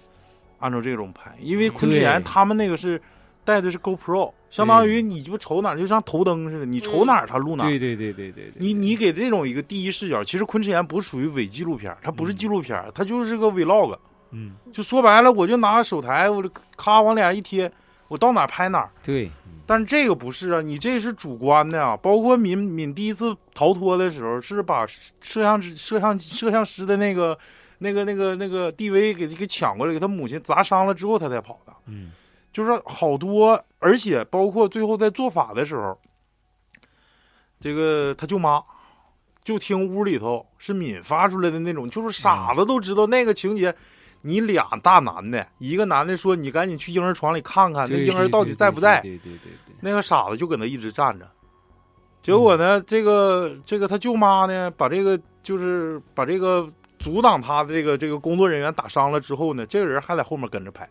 Speaker 2: 按照这种拍，因为昆池岩
Speaker 8: 嗯对
Speaker 2: 他们那个是带的是 GoPro，相当于你就瞅哪儿就像头灯似的，你瞅哪儿他录哪儿。
Speaker 8: 嗯对对对对对对，
Speaker 2: 你你给这种一个第一视角，其实昆池岩不是属于伪纪录片儿，它不是纪录片儿，它就是个 vlog。
Speaker 8: 嗯
Speaker 2: 就说白了，我就拿手台，我就咔往脸上一贴，我到哪儿拍哪儿。
Speaker 8: 对，
Speaker 2: 但是这个不是啊，你这是主观的啊。包括敏敏第一次逃脱的时候，是把摄像师、摄像摄像师的那个、那个、那个、那个 DV 给给抢过来，给他母亲砸伤了之后，他才跑的。
Speaker 8: 嗯
Speaker 2: 就是好多，而且包括最后在做法的时候，这个他舅妈就听屋里头是敏发出来的那种，就是傻子都知道那个情节。你俩大男的，一个男的说：“你赶紧去婴儿床里看啊看，那
Speaker 8: 对
Speaker 2: 婴儿
Speaker 8: 对
Speaker 2: 到
Speaker 8: 对
Speaker 2: 底
Speaker 8: 对
Speaker 2: 在不在？”
Speaker 8: 对对对对
Speaker 2: 那个傻子就搁那一直站着。结果呢，
Speaker 7: 嗯
Speaker 2: 这个这个他舅妈呢，把这个就是把这个阻挡他的这个这个工作人员打伤了之后呢，这个人还在后面跟着拍。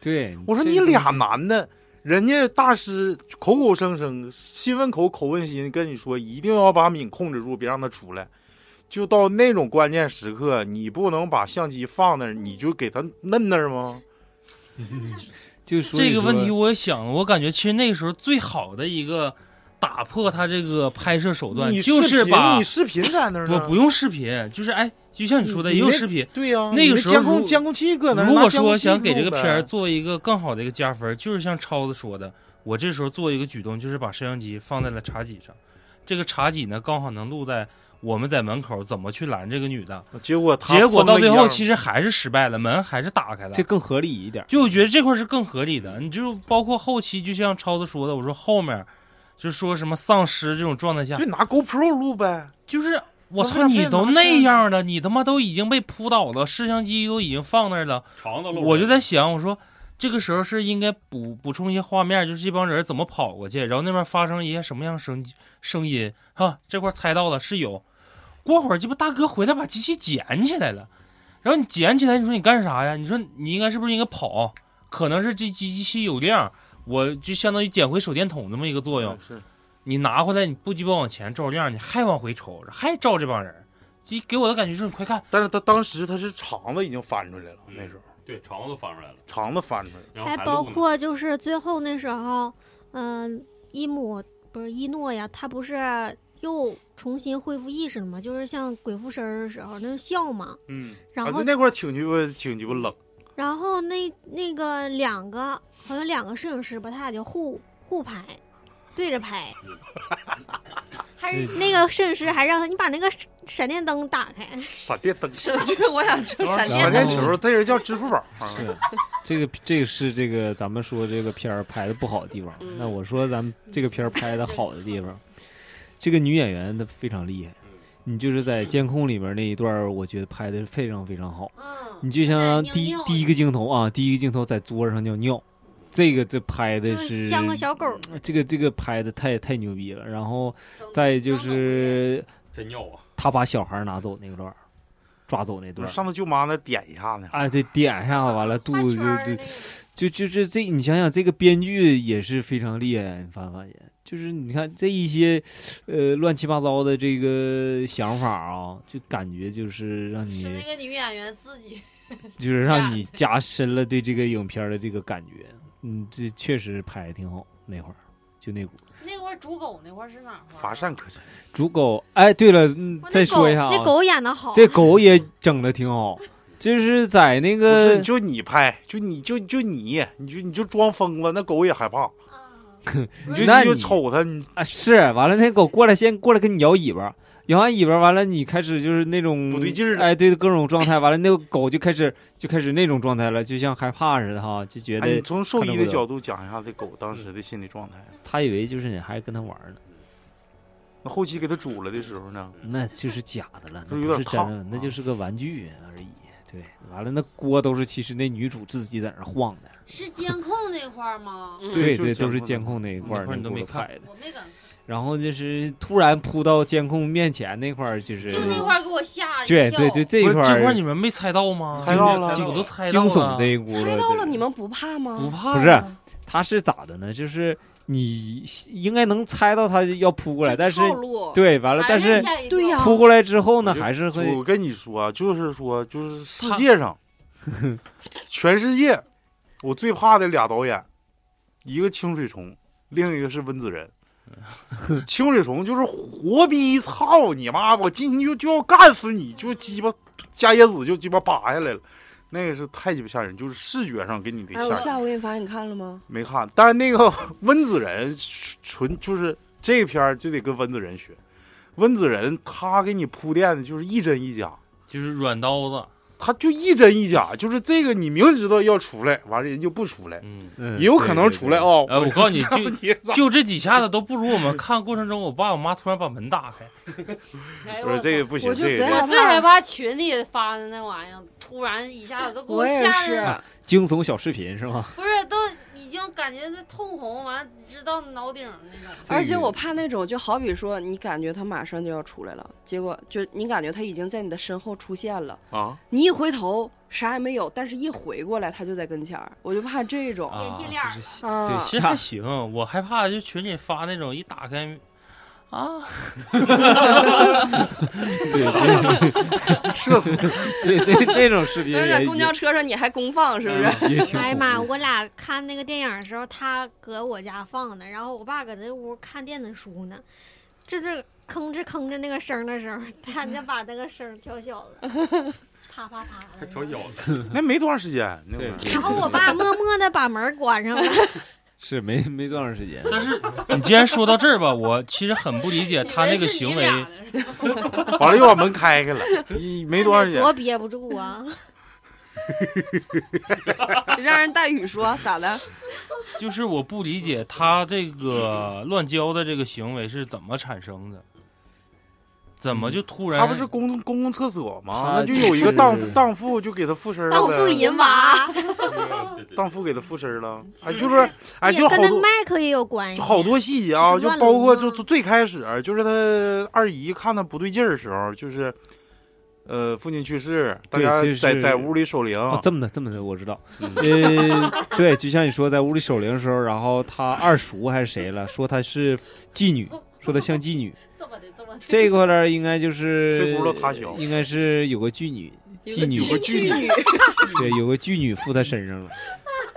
Speaker 8: 对，
Speaker 2: 我说
Speaker 8: 这
Speaker 2: 你
Speaker 8: 个
Speaker 2: 俩男的，人家大师口口声声心问口口问心跟你说，一定要把敏控制住，别让他出来。就到那种关键时刻，你不能把相机放那儿，你就给他摁那儿吗？
Speaker 8: 就说
Speaker 7: 这
Speaker 8: 一
Speaker 7: 个问
Speaker 8: 说
Speaker 7: 题，我也想过。我感觉其实那个时候最好的一个打破他这个拍摄手段，
Speaker 2: 你
Speaker 7: 就
Speaker 2: 视
Speaker 7: 是
Speaker 2: 频，
Speaker 7: 把
Speaker 2: 你视频在那儿
Speaker 7: 不
Speaker 2: 呢，
Speaker 7: 不用视频，就是哎，就像你说的，
Speaker 2: 你
Speaker 7: 也有
Speaker 2: 那
Speaker 7: 视频。
Speaker 2: 对呀、
Speaker 7: 那个
Speaker 2: 你
Speaker 7: 时候
Speaker 2: 监
Speaker 7: 如
Speaker 2: 控
Speaker 7: 果
Speaker 2: 监控器搁那儿。
Speaker 7: 如果
Speaker 2: 拿监控
Speaker 7: 说
Speaker 2: 器
Speaker 7: 想给这
Speaker 2: 录
Speaker 7: 个片
Speaker 2: 呗
Speaker 7: 儿做一个更好的一个加分儿，就是像超子说的，我这时候做一个举动，就是把摄像机放在了茶几上，这个茶几呢刚好能录在我们在门口怎么去拦这个女的，
Speaker 2: 结果他
Speaker 7: 结果到最后其
Speaker 2: 实
Speaker 7: 实还是失败了，门还是打开了
Speaker 8: 这。更合理一点儿。
Speaker 7: 就我觉得这块是更合理的，你就包括后期，就像超子说的，我说后面就说什么丧尸这种状态下
Speaker 2: 就，拿 GoPro 录呗，
Speaker 7: 就是
Speaker 2: 那
Speaker 7: 我操，
Speaker 2: 还
Speaker 7: 你
Speaker 2: 非
Speaker 7: 都
Speaker 2: 拿摄像
Speaker 7: 那
Speaker 2: 机
Speaker 7: 样了，你他妈都已经被扑倒了，摄像机都已经放那儿了，
Speaker 3: 肠子露出来了。
Speaker 7: 我就在想，我说这个时候是应该补补充一些画面，就是这帮人怎么跑过去，然后那边发生一些什么样声声音哈，这块猜到了是有。过会儿鸡巴大哥回来把机器捡起来了，然后你捡起来，你说你干啥呀？你说你应该是不是应该跑？可能是这机机器有量，我就相当于捡回手电筒这么一个作用。
Speaker 2: 哎是
Speaker 7: 你拿回来，啊你不鸡巴往前照亮，你还往回瞅，还照这帮人，就给我的感觉就是你快看，
Speaker 2: 但是他当时他是肠子已经翻出来了，
Speaker 3: 嗯
Speaker 2: 那时候
Speaker 3: 对肠子翻出来了，
Speaker 2: 肠子翻出来了，
Speaker 3: 然后
Speaker 4: 还
Speaker 3: 还
Speaker 4: 包
Speaker 3: 露呢
Speaker 4: 呃括就是最后那时候，嗯、一母不是一诺呀，他不是又重新恢复意识了吗？就是像鬼附身儿的时候，那是笑嘛。
Speaker 2: 嗯，
Speaker 4: 然
Speaker 2: 啊
Speaker 4: 后，
Speaker 2: 那块儿挺鸡巴挺鸡巴冷，
Speaker 4: 然后那那个两个好像两个摄影师吧，他俩就互互拍，对着拍，还是那个摄影师还让他你把那个闪闪电灯打开，
Speaker 2: 闪电灯，
Speaker 6: 是不是？我想说闪
Speaker 2: 闪
Speaker 6: 电
Speaker 8: 然后
Speaker 2: 电
Speaker 6: 灯，
Speaker 2: 球，这人叫支付宝。啊
Speaker 8: 是，这个这个是这个咱们说这个片儿拍的不好的地方。
Speaker 6: 嗯
Speaker 8: 那我说咱们这个片儿拍的好的地方，这个女演员她非常厉害。你就是在监控里面那一段儿，我觉得拍的非常非常好。
Speaker 5: 嗯，
Speaker 8: 你就像第
Speaker 5: 尿尿
Speaker 8: 第一个镜头啊，第一个镜头在桌上尿尿，这个这拍的
Speaker 4: 就是像个小狗儿。
Speaker 8: 这个这个拍的太太牛逼了。然后
Speaker 5: 嗯
Speaker 8: 再就是
Speaker 3: 真尿啊！
Speaker 8: 他把小孩拿走那个段儿，抓走那
Speaker 2: 不
Speaker 8: 段
Speaker 2: 是
Speaker 8: 儿，
Speaker 2: 上他舅妈那点一下呢，
Speaker 8: 啊，对，点一下子完了，肚
Speaker 5: 画
Speaker 8: 子
Speaker 5: 圈儿
Speaker 8: 就
Speaker 5: 的那
Speaker 8: 就
Speaker 5: 个
Speaker 8: 就就是这，你想想这个编剧也是非常厉害，你发没发现？就是你看这一些，呃，乱七八糟的这个想法啊，就感觉就是让你
Speaker 5: 是那个女演员自己，
Speaker 8: 就是让你加深了对这个影片儿的这个感觉。嗯，这确实拍的挺好，那会儿就那股
Speaker 5: 那会儿主狗那会儿是哪块儿？啊
Speaker 2: 乏善可陈。
Speaker 8: 主狗。哎，对了，嗯
Speaker 5: 我那
Speaker 8: 再说一下
Speaker 4: 那
Speaker 8: 啊，
Speaker 4: 狗演的好，
Speaker 8: 这狗也整的挺好，就是在那
Speaker 2: 不
Speaker 7: 呃
Speaker 2: 是，
Speaker 8: 个
Speaker 2: 就你拍，就你就就你，你就你就装疯了，那狗也害怕，
Speaker 5: 啊，
Speaker 2: 你就
Speaker 8: 那
Speaker 2: 你就
Speaker 8: 你
Speaker 2: 瞅它，你
Speaker 8: 啊是完了，那狗过来先过来跟你摇尾巴，摇完尾巴完了，你开始就是那种
Speaker 2: 不对劲儿了
Speaker 8: 哎，对各种状态，完了那个狗就开始就开始那种状态了，就像害怕似的哈，就觉
Speaker 2: 哎，你
Speaker 8: 得
Speaker 2: 从兽
Speaker 8: 看着
Speaker 2: 医
Speaker 8: 不
Speaker 2: 的
Speaker 8: 得
Speaker 2: 角度讲一下这狗当时的心理状态。
Speaker 8: 他以为就是你还跟他玩呢，
Speaker 2: 那后期给它煮了的时候呢，
Speaker 8: 那就是假的了，
Speaker 2: 就
Speaker 8: 那
Speaker 2: 是有点啊
Speaker 8: 不是真的
Speaker 2: 烫
Speaker 8: 了，那就是个玩具啊而已。对，完了那锅都是其实那女主自己在那晃的，
Speaker 5: 是监控那块儿吗？
Speaker 6: 嗯
Speaker 2: 对就
Speaker 8: 对，
Speaker 2: 是
Speaker 8: 都是监
Speaker 2: 监
Speaker 8: 控那一块儿
Speaker 7: 那块儿你
Speaker 8: 那
Speaker 7: 都
Speaker 8: 锅
Speaker 7: 没看
Speaker 8: 拍的，
Speaker 5: 我没敢，
Speaker 8: 然后就是突然扑到监控面前那块儿，就是
Speaker 5: 就那块儿给我吓一跳。
Speaker 8: 对对对，这
Speaker 7: 不
Speaker 8: 一
Speaker 7: 是
Speaker 8: 块
Speaker 7: 这块儿
Speaker 8: 儿
Speaker 7: 你们没猜到吗？
Speaker 2: 猜到了
Speaker 7: 这我都猜到
Speaker 8: 惊
Speaker 7: 了，
Speaker 8: 悚这一股
Speaker 6: 猜到了，
Speaker 8: 对
Speaker 6: 你们不怕吗？
Speaker 7: 不怕
Speaker 8: 不
Speaker 7: 呀
Speaker 8: 是他是咋的呢？就是你应该能猜到他要扑过来，但是
Speaker 6: 套路
Speaker 8: 对，完了，
Speaker 5: 还
Speaker 8: 但是
Speaker 5: 吓一跳
Speaker 6: 对呀
Speaker 8: 扑过来之后呢，
Speaker 2: 我就
Speaker 8: 还是会
Speaker 2: 我跟你说啊，就是说，就是世
Speaker 7: 他
Speaker 2: 界 上，全世界，我最怕的俩导演，一个清水虫，另一个是温子 仁。清水虫就是活逼，操你妈！我今天就就要干死你，就鸡巴加椰子就鸡巴拔下来了，那个是太鸡巴吓人，就是视觉上给你的吓
Speaker 6: 哎，我
Speaker 2: 人。
Speaker 6: 下午给你发，你看了吗？
Speaker 2: 没看，但是那个温子仁纯就是这片儿就得跟温子仁学。温子仁他给你铺垫的就是一真一假，
Speaker 7: 就是软刀子，
Speaker 2: 他就一真一假，就是这个你明知道要出来，完了人就不出来，
Speaker 7: 嗯，
Speaker 2: 也有可能出来。哦。
Speaker 7: 哎，我告诉你，
Speaker 2: 操
Speaker 7: 就
Speaker 2: 你妈
Speaker 7: 就这几下子都不如我们看过程中，我爸我妈突然把门打开，
Speaker 5: 哎呦
Speaker 2: 不是
Speaker 5: 我操
Speaker 2: 这个不行，
Speaker 6: 我就
Speaker 2: 这
Speaker 6: 贼
Speaker 2: 个
Speaker 5: 我最害怕群里发的那玩意儿，突然一下子都给
Speaker 6: 我也
Speaker 5: 吓
Speaker 6: 是，啊
Speaker 5: 得，
Speaker 8: 惊悚小视频是吗？
Speaker 5: 不是都已经感觉这通红，完直到脑顶儿那种。
Speaker 6: 而且我怕那种，就好比说你感觉他马上就要出来了，结果就你感觉他已经在你的身后出现了，
Speaker 2: 啊，
Speaker 6: 你一回头啥也没有，但是一回过来他就在跟前儿，我就怕这种
Speaker 7: 啊，
Speaker 5: 电梯链儿
Speaker 7: 这是
Speaker 8: 对
Speaker 6: 啊。
Speaker 7: 其实还行，我害怕就群里发那种一打开啊，
Speaker 2: 社死！
Speaker 8: 对对，那种视频
Speaker 6: 那
Speaker 8: 也
Speaker 6: 在公交车上你还公放是不是？
Speaker 8: 也也挺
Speaker 4: 哎呀
Speaker 8: 恐
Speaker 4: 妈呀！
Speaker 8: 怖的
Speaker 4: 我俩看那个电影的时候，他搁我家放的，然后我爸搁那屋看电子书呢，这这吭哧吭哧那个声儿的时候，他就把那个声儿调小了，啪啪啪的。
Speaker 7: 子，
Speaker 2: 那没多长时间，那会儿
Speaker 8: 对
Speaker 4: 然后我爸默默的把门关上了。
Speaker 8: 是没没多长时间，
Speaker 7: 但是你既然说到这儿吧，我其实很不理解他那个行为，
Speaker 2: 完了又把门开开了，一没多长时间
Speaker 4: 那得，多憋不住啊！
Speaker 6: 让人带雨说咋的？
Speaker 7: 就是我不理解他这个乱交的这个行为是怎么产生的，怎么就突 然
Speaker 2: 他不是公公共厕所吗？
Speaker 8: 他
Speaker 2: 那就有一个荡
Speaker 8: 就是
Speaker 2: 荡妇就给他附身了呗，
Speaker 4: 荡妇淫娃，
Speaker 2: 荡妇给他附身了，哎，就是 哎，
Speaker 4: 也
Speaker 2: 就好
Speaker 4: 跟那
Speaker 2: 多
Speaker 4: 麦克也有关系，
Speaker 2: 就好多细节啊，
Speaker 4: 哎是
Speaker 2: 就
Speaker 4: 乱
Speaker 2: 包
Speaker 4: 伦
Speaker 2: 括
Speaker 4: 吗
Speaker 2: 就就最开始就是他二姨看他不对劲儿的时候，就是，呃，父亲去世，大
Speaker 8: 对
Speaker 2: 家
Speaker 8: 这
Speaker 2: 在
Speaker 8: 是
Speaker 2: 在屋里守灵，
Speaker 8: 哦，这么的，这么的，我知道。
Speaker 2: 嗯
Speaker 8: 呃，对，就像你说，在屋里守灵的时候，然后他二叔还是谁了，说他是妓女，说他像妓女。
Speaker 5: 这么的这么的，
Speaker 8: 这块儿应该就是
Speaker 2: 这轱辘他小
Speaker 8: 应该是有个妓女，妓女，
Speaker 2: 有个剧
Speaker 6: 女，
Speaker 8: 对，有个妓女附他身上了，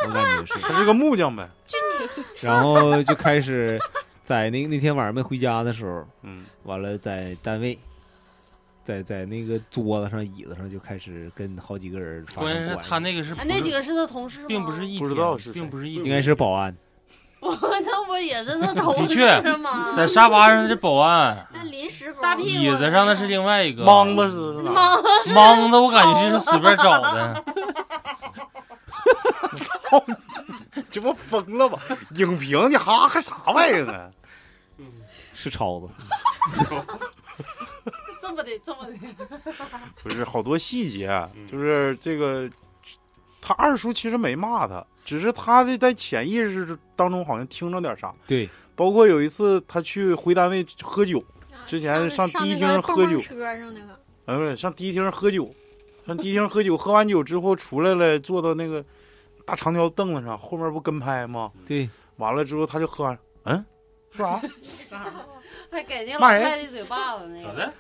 Speaker 8: 我感觉是。
Speaker 2: 他是个木匠呗，
Speaker 8: 然后就开始在那那天晚上没回家的时候，
Speaker 2: 嗯，
Speaker 8: 完了在单位，在在那个桌子上、椅子上就开始跟好几个人发
Speaker 7: 关键
Speaker 8: 生
Speaker 7: 是
Speaker 8: 关系，
Speaker 7: 他那个是
Speaker 5: 啊，
Speaker 7: 不
Speaker 5: 那几
Speaker 7: 是
Speaker 5: 个是他同事吗？
Speaker 7: 并不是，一
Speaker 2: 不知
Speaker 7: 天
Speaker 2: 道是谁
Speaker 7: 并不是一
Speaker 8: 应该是保安。
Speaker 5: 我 那不也是他同
Speaker 7: 的
Speaker 5: 事
Speaker 7: 确
Speaker 5: 吗？
Speaker 7: 在沙发上是保安，
Speaker 4: 那临时不
Speaker 5: 大
Speaker 4: 是
Speaker 5: 屁
Speaker 7: 椅子上的是另外一
Speaker 8: 哦
Speaker 7: 个
Speaker 2: 莽子是哪？
Speaker 5: 妈，
Speaker 7: 莽子，我感觉就是随便找的。
Speaker 2: 这不疯了吧？影评你哈哈啥玩意儿啊？
Speaker 8: 是超子，
Speaker 5: 这么的，这么的，
Speaker 2: 不是好多细节，啊
Speaker 3: 嗯
Speaker 2: 就是这个，他二叔其实没骂他，只是他的在潜意识当中好像听着点啥。
Speaker 8: 对，
Speaker 2: 包括有一次他去回单位喝酒，
Speaker 4: 啊
Speaker 2: 之前
Speaker 4: 上
Speaker 2: 上
Speaker 4: 那
Speaker 2: 迪
Speaker 4: 个
Speaker 2: 厅
Speaker 4: 碰
Speaker 2: 喝
Speaker 4: 碰
Speaker 2: 酒
Speaker 4: 车上那个，
Speaker 2: 呃，不是上迪厅喝酒，上迪厅喝酒，喝完酒之后出来了，坐到那个大长条凳子上，后面不跟拍吗？
Speaker 8: 对，
Speaker 2: 完了之后他就喝完，嗯，说啥？
Speaker 5: 还给那个
Speaker 2: 骂
Speaker 5: 老
Speaker 2: 人
Speaker 5: 太太一嘴巴子那
Speaker 7: 咋
Speaker 5: 个。
Speaker 7: 的？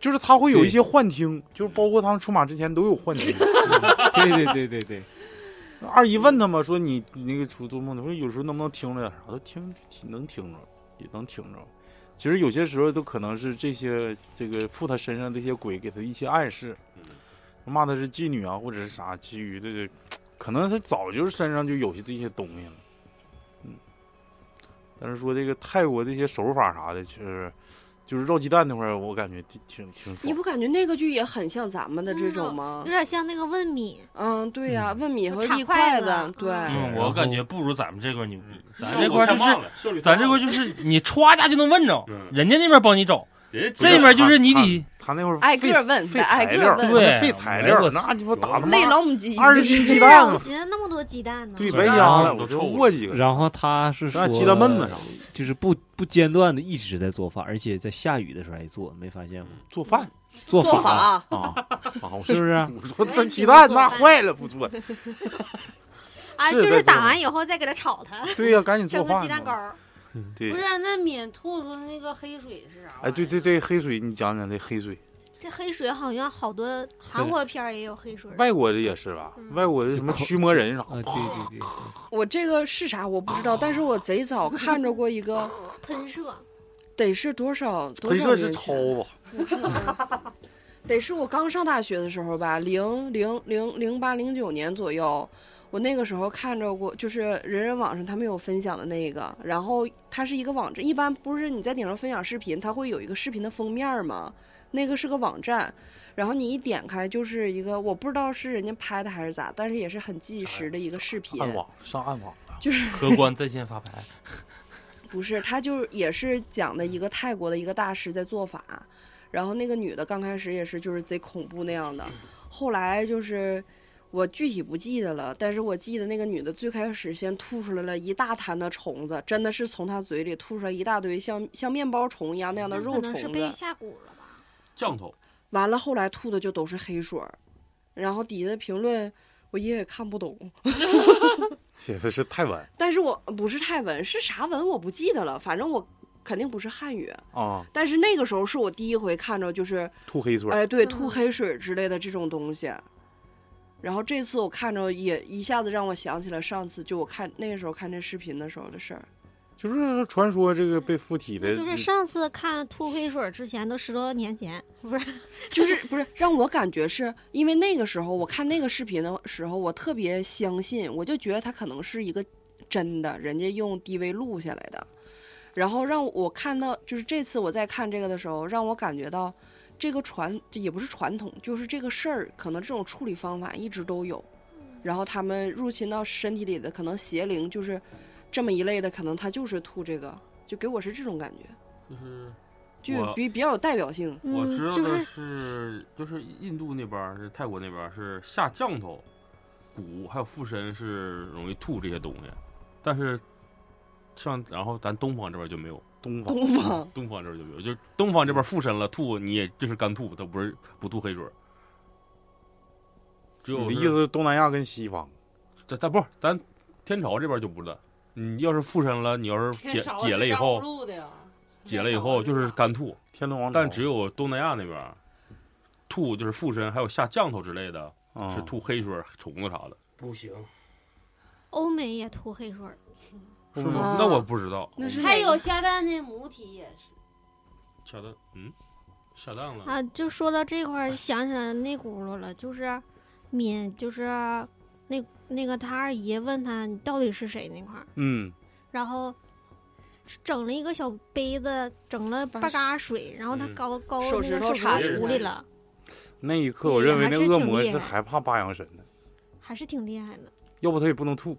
Speaker 2: 就是他会有一
Speaker 8: 对
Speaker 2: 些幻听，就是包括他们出马之前都有幻听。
Speaker 8: 对对对对对，
Speaker 2: 二姨问他嘛，说你你那个出做梦，他说有时候能不能听着点啥？都听听能听着，也能听着。其实有些时候都可能是这些这个附他身上这些鬼给他一些暗示，骂他是妓女啊，或者是啥，其余的这可能他早就身上就有些这些东西了。嗯，但是说这个泰国这些手法啥的，其实就是绕鸡蛋那块儿，我感觉挺挺挺
Speaker 6: 你
Speaker 2: 爽。
Speaker 6: 不感觉那个剧也很像咱们的这种吗
Speaker 4: 有？点像那个问米，
Speaker 6: 嗯，对呀、
Speaker 8: 嗯
Speaker 6: 问米和立
Speaker 4: 铲筷
Speaker 6: 子
Speaker 4: 子，
Speaker 6: 对，
Speaker 7: 嗯，
Speaker 8: 嗯
Speaker 7: 我感觉不如咱们这块儿牛逼。
Speaker 2: 嗯
Speaker 7: 咱这
Speaker 3: 这
Speaker 7: 块儿就是，
Speaker 3: 是
Speaker 7: 咱这块儿就是你歘一下就能问着
Speaker 3: 嗯，
Speaker 7: 人家那边帮你找，
Speaker 3: 人家
Speaker 7: 这边就是你
Speaker 2: 他
Speaker 7: 得
Speaker 2: 他那会儿
Speaker 6: 挨
Speaker 2: 费
Speaker 6: 个问
Speaker 2: 费
Speaker 6: 得挨
Speaker 2: 材
Speaker 6: 个
Speaker 2: 料，
Speaker 6: 问
Speaker 7: 对
Speaker 2: 费材
Speaker 7: 哎
Speaker 2: 料
Speaker 7: 我，
Speaker 2: 那鸡巴打他妈
Speaker 6: 累老母鸡，
Speaker 2: 二十
Speaker 6: 就是
Speaker 2: 斤
Speaker 4: 是
Speaker 2: 鸡
Speaker 4: 啊，
Speaker 2: 蛋
Speaker 4: 我
Speaker 2: 嘛，
Speaker 4: 寻思那么多鸡蛋呢，
Speaker 2: 对，
Speaker 3: 是
Speaker 2: 白
Speaker 3: 啊
Speaker 2: 瞎了，
Speaker 3: 都
Speaker 2: 我就
Speaker 3: 臭了
Speaker 2: 握 几个，
Speaker 8: 然后他是说
Speaker 2: 让鸡蛋闷子上
Speaker 8: 就是不不间断的一直在做饭，而且在下雨的时候还做，没发现吗？
Speaker 2: 做饭
Speaker 8: 做
Speaker 6: 做
Speaker 8: 法
Speaker 6: 法，
Speaker 2: 啊 啊！我
Speaker 8: 是
Speaker 2: 说
Speaker 8: 不是？
Speaker 2: 我说
Speaker 4: 我也
Speaker 2: 这
Speaker 4: 觉
Speaker 2: 鸡
Speaker 4: 得
Speaker 2: 蛋
Speaker 4: 做
Speaker 2: 那
Speaker 4: 饭
Speaker 2: 坏了不 做，
Speaker 4: 啊，
Speaker 2: 是
Speaker 4: 就
Speaker 2: 在做
Speaker 4: 是打完以后再给它炒它，
Speaker 2: 对呀，赶紧做
Speaker 4: 蒸个
Speaker 2: 饭
Speaker 4: 鸡蛋糕
Speaker 2: 嘛。
Speaker 4: 儿。
Speaker 2: 对
Speaker 5: 不，是，那敏吐出那个黑水是啥玩意儿？
Speaker 2: 哎，对对对，黑水你讲讲这黑水，
Speaker 4: 这黑水好像好多韩国片儿也有黑水，
Speaker 2: 外国的也是吧？
Speaker 4: 嗯
Speaker 2: 外国的什么驱魔人啥
Speaker 8: 啊，对对对，
Speaker 6: 我这个是啥我不知道，但是我贼早看着过一个，
Speaker 4: 喷射，
Speaker 6: 得是多少多
Speaker 2: 黑
Speaker 6: 少
Speaker 2: 色是
Speaker 6: 年
Speaker 2: 超啊
Speaker 6: 前，
Speaker 2: 子，
Speaker 6: 得是我刚上大学的时候吧，零零零零八零九年左右。我那个时候看着过，就是人人网上他们有分享的那个，然后它是一个网站，一般不是你在顶上分享视频，它会有一个视频的封面吗？那个是个网站，然后你一点开就是一个，我不知道是人家拍的还是咋，但是也是很纪实的一个视频。
Speaker 2: 暗网上暗网了，
Speaker 7: 荷官在线发牌，
Speaker 6: 不是，他就是也是讲的一个泰国的一个大师在做法，然后那个女的刚开始也是就是贼恐怖那样的， 后来就是我具体不记得了，但是我记得那个女的最开始先吐出来了一大滩的虫子，真的是从她嘴里吐出来一大堆像像面包虫一样那样的
Speaker 4: 那
Speaker 6: 肉
Speaker 4: 嗯可
Speaker 6: 虫
Speaker 4: 能是
Speaker 6: 子，
Speaker 4: 被下蛊了吧？
Speaker 3: 降头，
Speaker 6: 完了后来吐的就都是黑水儿，然后底下的评论我也看不懂，
Speaker 2: 写的是泰文
Speaker 6: 但是我不是泰文是啥文我不记得了，反正我肯定不是汉语。
Speaker 2: 啊，
Speaker 6: 但是那个时候是我第一回看着，就是
Speaker 2: 吐黑水，
Speaker 6: 哎，对，
Speaker 4: 嗯
Speaker 6: 吐黑水之类的这种东西。然后这次我看着也一下子让我想起了上次就我看那个时候看这视频的时候的事儿。
Speaker 2: 就是传说这个被附体的嗯
Speaker 4: 那，就是上次看吐黑水之前都十多年前，不是
Speaker 6: 就是不是让我感觉是因为那个时候我看那个视频的时候，我特别相信，我就觉得它可能是一个真的，人家用 DV 录下来的。然后让我看到，就是这次我在看这个的时候，让我感觉到这个传也不是传统，就是这个事儿可能这种处理方法一直都有。然后他们入侵到身体里的可能邪灵就是这么一类的，可能他就是吐这个，就给我是这种感觉，
Speaker 3: 就是
Speaker 6: 就
Speaker 3: 我
Speaker 6: 比比较有代表性。
Speaker 3: 我
Speaker 4: 嗯
Speaker 3: 知道
Speaker 4: 就
Speaker 3: 的
Speaker 4: 是
Speaker 3: 是，就是印度那边儿是泰国那边儿是下降头、骨还有附身是容易吐这些东西，但是像然后咱东方这边儿就没有，
Speaker 2: 东方
Speaker 6: 东方，
Speaker 3: 东方这边儿就没有，就是东方这边儿附身了吐你也这是干吐，它不是不吐黑水儿。只有
Speaker 2: 你的意
Speaker 3: 是
Speaker 2: 思是东南亚跟西方
Speaker 3: 咱咱不是咱天朝这边就不是，你要是附身了，你要是解
Speaker 5: 少
Speaker 3: 解
Speaker 5: 是
Speaker 3: 了以
Speaker 5: 让
Speaker 3: 后，
Speaker 5: 录的呀
Speaker 3: 解了以后就是干吐，
Speaker 2: 天龙王朝，
Speaker 7: 哦
Speaker 3: 但只有东南亚那边儿吐就是附身，还有下降头之类的，
Speaker 2: 啊
Speaker 3: 是吐黑水儿、虫子啥的。
Speaker 7: 不行，
Speaker 4: 欧美也吐黑水，
Speaker 2: 是
Speaker 6: 们
Speaker 2: 吗？
Speaker 6: 啊
Speaker 3: 那我不知道。
Speaker 6: 那是
Speaker 5: 还
Speaker 6: 哪
Speaker 5: 有
Speaker 6: 个
Speaker 5: 下蛋的母体也是，
Speaker 3: 下蛋，嗯，下蛋了。
Speaker 4: 啊，就说到这块儿，想起来那轱辘了，就是敏，就是那那个他二姨问他你到底是谁那块儿，
Speaker 2: 嗯，
Speaker 4: 然后整了一个小杯子，整了半嘎水，然后他
Speaker 3: 嗯
Speaker 4: 高高
Speaker 6: 手
Speaker 4: 那
Speaker 6: 指
Speaker 4: 个
Speaker 6: 头
Speaker 4: 手
Speaker 6: 插
Speaker 4: 指
Speaker 3: 进
Speaker 4: 头
Speaker 6: 去
Speaker 4: 里了，
Speaker 2: 那一刻我
Speaker 4: 对
Speaker 2: 认为
Speaker 4: 还
Speaker 2: 那
Speaker 4: 是
Speaker 2: 恶
Speaker 4: 挺
Speaker 2: 魔
Speaker 4: 厉
Speaker 2: 是
Speaker 4: 害
Speaker 2: 害怕八阳神的，
Speaker 4: 还是挺厉害的。
Speaker 2: 要不他也不能吐，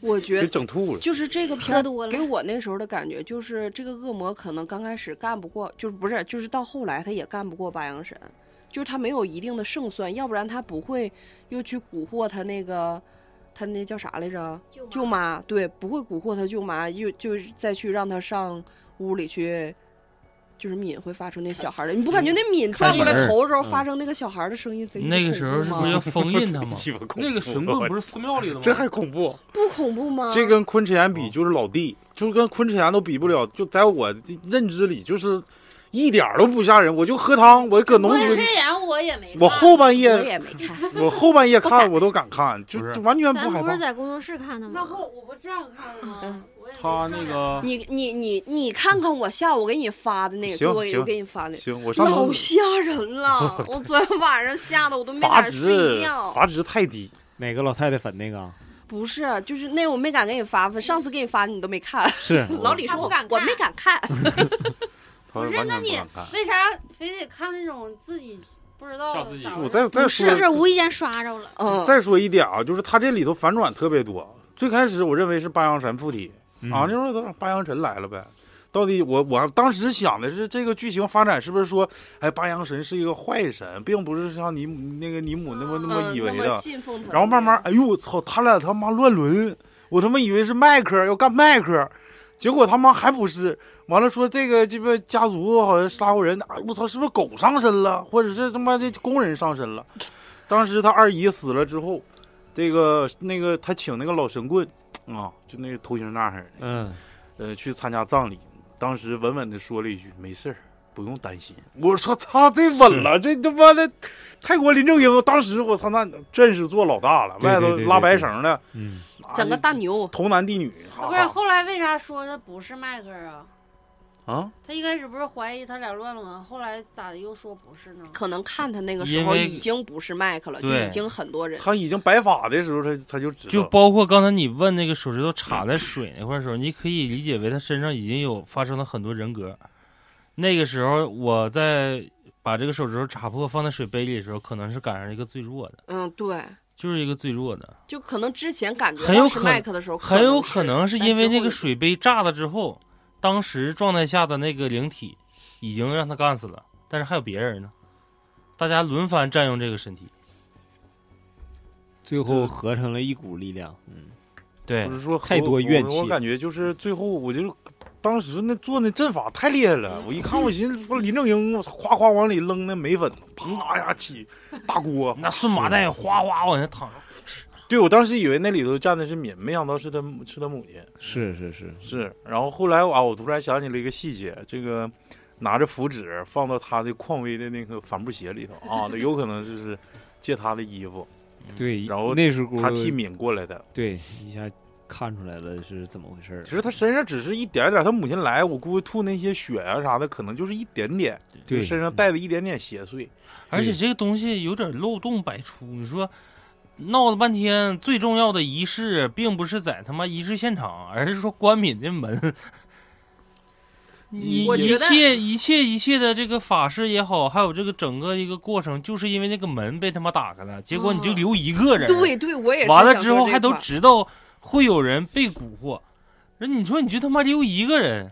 Speaker 6: 我觉
Speaker 2: 给
Speaker 6: 得
Speaker 2: 整吐了。
Speaker 6: 就 是这个片
Speaker 4: 喝
Speaker 6: 儿
Speaker 4: 多了
Speaker 6: 给我那时候的感觉就是这个恶魔可能刚开始干不过，就是不是就是到后来他也干不过八阳神，就是他没有一定的胜算，要不然他不会又去蛊惑他那个他那叫啥来着舅妈，对，不会蛊惑他舅妈，又就是再去让他上屋里去。就是敏会发出那小孩儿的，你不感觉那敏转过来
Speaker 8: 开门儿
Speaker 6: 头的时候
Speaker 8: 嗯
Speaker 6: 发生那个小孩儿的声音贼
Speaker 7: 那个时候是不
Speaker 6: 恐怖
Speaker 7: 是
Speaker 6: 吗
Speaker 7: 要封印他吗？
Speaker 2: 鸡巴恐
Speaker 3: 那个
Speaker 2: 怖啊
Speaker 3: 神
Speaker 2: 我
Speaker 3: 棍不是寺庙里的吗？
Speaker 2: 这还恐怖，
Speaker 6: 不恐怖吗？
Speaker 2: 这跟昆池岩比就是老弟，就是跟昆池岩都比不了。就在我这认知里，就是一点儿都不吓人。我就喝汤，我搁农
Speaker 5: 昆
Speaker 2: 村
Speaker 5: 池，岩我也没看。
Speaker 2: 我后半
Speaker 6: 我
Speaker 2: 夜
Speaker 6: 也没看，
Speaker 2: 我后半夜看我都敢看，就
Speaker 3: 不是
Speaker 2: 就完全不
Speaker 4: 咱
Speaker 2: 害
Speaker 4: 不是
Speaker 2: 怕。
Speaker 4: 在工作室看的
Speaker 5: 那
Speaker 4: 吗？
Speaker 5: 后我不这样看的吗？我也没
Speaker 3: 他
Speaker 5: 这
Speaker 3: 那
Speaker 5: 样
Speaker 3: 个
Speaker 6: 你你你你看看我下午给你发的那个，
Speaker 2: 行
Speaker 6: 对我给
Speaker 2: 行
Speaker 6: 我给你发的，
Speaker 2: 行，我上
Speaker 6: 老
Speaker 2: 楼
Speaker 6: 吓人了！ 我昨天晚上吓得我都没
Speaker 2: 阀
Speaker 6: 敢
Speaker 2: 值
Speaker 6: 睡觉。
Speaker 2: 阀值太低，
Speaker 8: 哪个老太太粉那个啊？
Speaker 6: 不是，就是那我没敢给你发，上次给你发你都没
Speaker 7: 哦
Speaker 6: 看。
Speaker 8: 是
Speaker 6: 老李说
Speaker 4: 他不
Speaker 6: 我
Speaker 4: 敢看
Speaker 6: 我没敢 看，
Speaker 2: 他完
Speaker 5: 是
Speaker 2: 全
Speaker 5: 那你
Speaker 2: 敢看。
Speaker 5: 为啥非得看那种自己不知道
Speaker 3: 上自己
Speaker 5: 咋
Speaker 2: 我
Speaker 5: 回事
Speaker 2: 再再说
Speaker 4: 是不是无意间刷着了？
Speaker 6: 嗯，
Speaker 2: 再说一点啊，就是他这里头反转特别多。最开始我认为是八阳神附体，啊，那时候咱八阳神来了呗。到底我我当时想的是，这个剧情发展是不是说，哎，八阳神是一个坏神，并不是像尼姆那个尼姆那么那么
Speaker 6: 嗯
Speaker 2: 以
Speaker 6: 那
Speaker 2: 为
Speaker 6: 么
Speaker 2: 的。
Speaker 6: 信奉他的
Speaker 2: 然后慢慢，哎呦我操，他俩他妈乱伦，我他妈以为是麦克要干麦克，结果他妈还不是。完了说这个鸡巴家族好像杀过人，哎我操，是不是狗上身了，或者是他妈的工人上身了？当时他二姨死了之后，这个那个他请那个老神棍啊，就那个头型那样的。
Speaker 8: 嗯，
Speaker 2: 呃，去参加葬礼，当时稳稳的说了一句：“没事儿，不用担心。”我说：“操，这稳了，这他妈的泰国林正英，当时我操，那真是做老大了，
Speaker 8: 对对对
Speaker 2: 外
Speaker 8: 对
Speaker 2: 头拉白
Speaker 8: 对
Speaker 2: 绳的，
Speaker 8: 嗯，
Speaker 2: 啊
Speaker 6: 整个大牛，
Speaker 2: 童男弟女，
Speaker 5: 啊
Speaker 2: 哈
Speaker 5: 不是，
Speaker 2: 哈
Speaker 5: 后来为啥说的不是迈克尔啊？
Speaker 2: 啊，
Speaker 5: 他一开始不是怀疑他俩乱了吗？后来咋的又说不是呢？
Speaker 6: 可能看他那个时
Speaker 7: 因
Speaker 6: 候
Speaker 7: 为
Speaker 6: 已经不是麦克了，就
Speaker 7: 对
Speaker 6: 已经很多人。
Speaker 2: 他已经白发的时候，他他就知道，
Speaker 7: 就包括刚才你问那个手指头插在水那块儿的时候，你可以理解为他身上已经有发生了很多人格。那个时候，我在把这个手指头插破放在水杯里的时候，可能是赶上一个最弱的，
Speaker 6: 嗯，对，
Speaker 7: 就是一个最弱的，
Speaker 6: 就可能之前感觉
Speaker 7: 很有
Speaker 6: 到是
Speaker 7: 可
Speaker 6: 麦克的时候，
Speaker 7: 很有
Speaker 6: 可
Speaker 7: 可
Speaker 6: 能
Speaker 7: 能是因为那个
Speaker 6: 但之后
Speaker 7: 水杯炸了之后，当时状态下的那个灵体已经让他干死了，但是还有别人呢，大家轮番占用这个身体。
Speaker 8: 最后合成了一股力量。嗯，
Speaker 7: 对
Speaker 2: 不，是说
Speaker 8: 太
Speaker 2: 和
Speaker 8: 多
Speaker 2: 我
Speaker 8: 怨
Speaker 2: 我
Speaker 8: 气
Speaker 2: 感觉就是最后，我就是当时那做那阵法太厉害了，我一看我寻思，不是林正英，我操夸夸往里扔那眉粉，啪呀起大锅，
Speaker 7: 那顺麻袋哗哗往下淌，
Speaker 2: 对，我当时以为那里头站的是敏，没想到是他母是他母亲。
Speaker 8: 是是是，
Speaker 2: 是，然后后来啊，我突然想起了一个细节，这个拿着符纸放到他的匡威的那个帆布鞋里头啊，那有可能就是借他的衣服，
Speaker 8: 对。
Speaker 2: 然后
Speaker 8: 那时候
Speaker 2: 他替敏过来的。
Speaker 8: 对一下看出来了是怎么回事儿
Speaker 2: 其。实他身上只是一点点，他母亲来，我估计吐那些血啊啥的，可能就是一点点，就
Speaker 8: 对，
Speaker 2: 身上带着一点点邪祟。
Speaker 7: 而且这个东西有点漏洞百出。你说闹了半天，最重要的仪式并不是在他妈仪式现场，而是说关敏的门。 你
Speaker 6: 我
Speaker 7: 一
Speaker 6: 觉得
Speaker 7: 切一切一切的这个法事也好，还有这个整个一个过程，就是因为那个门被他妈打开了，结果你就留一个人，
Speaker 6: 嗯对对，我也是
Speaker 7: 完了
Speaker 6: 想
Speaker 7: 之
Speaker 6: 说
Speaker 7: 后
Speaker 6: 这
Speaker 7: 还都
Speaker 6: 块儿
Speaker 7: 知道会有人被蛊惑，那你说你就他妈留一个人，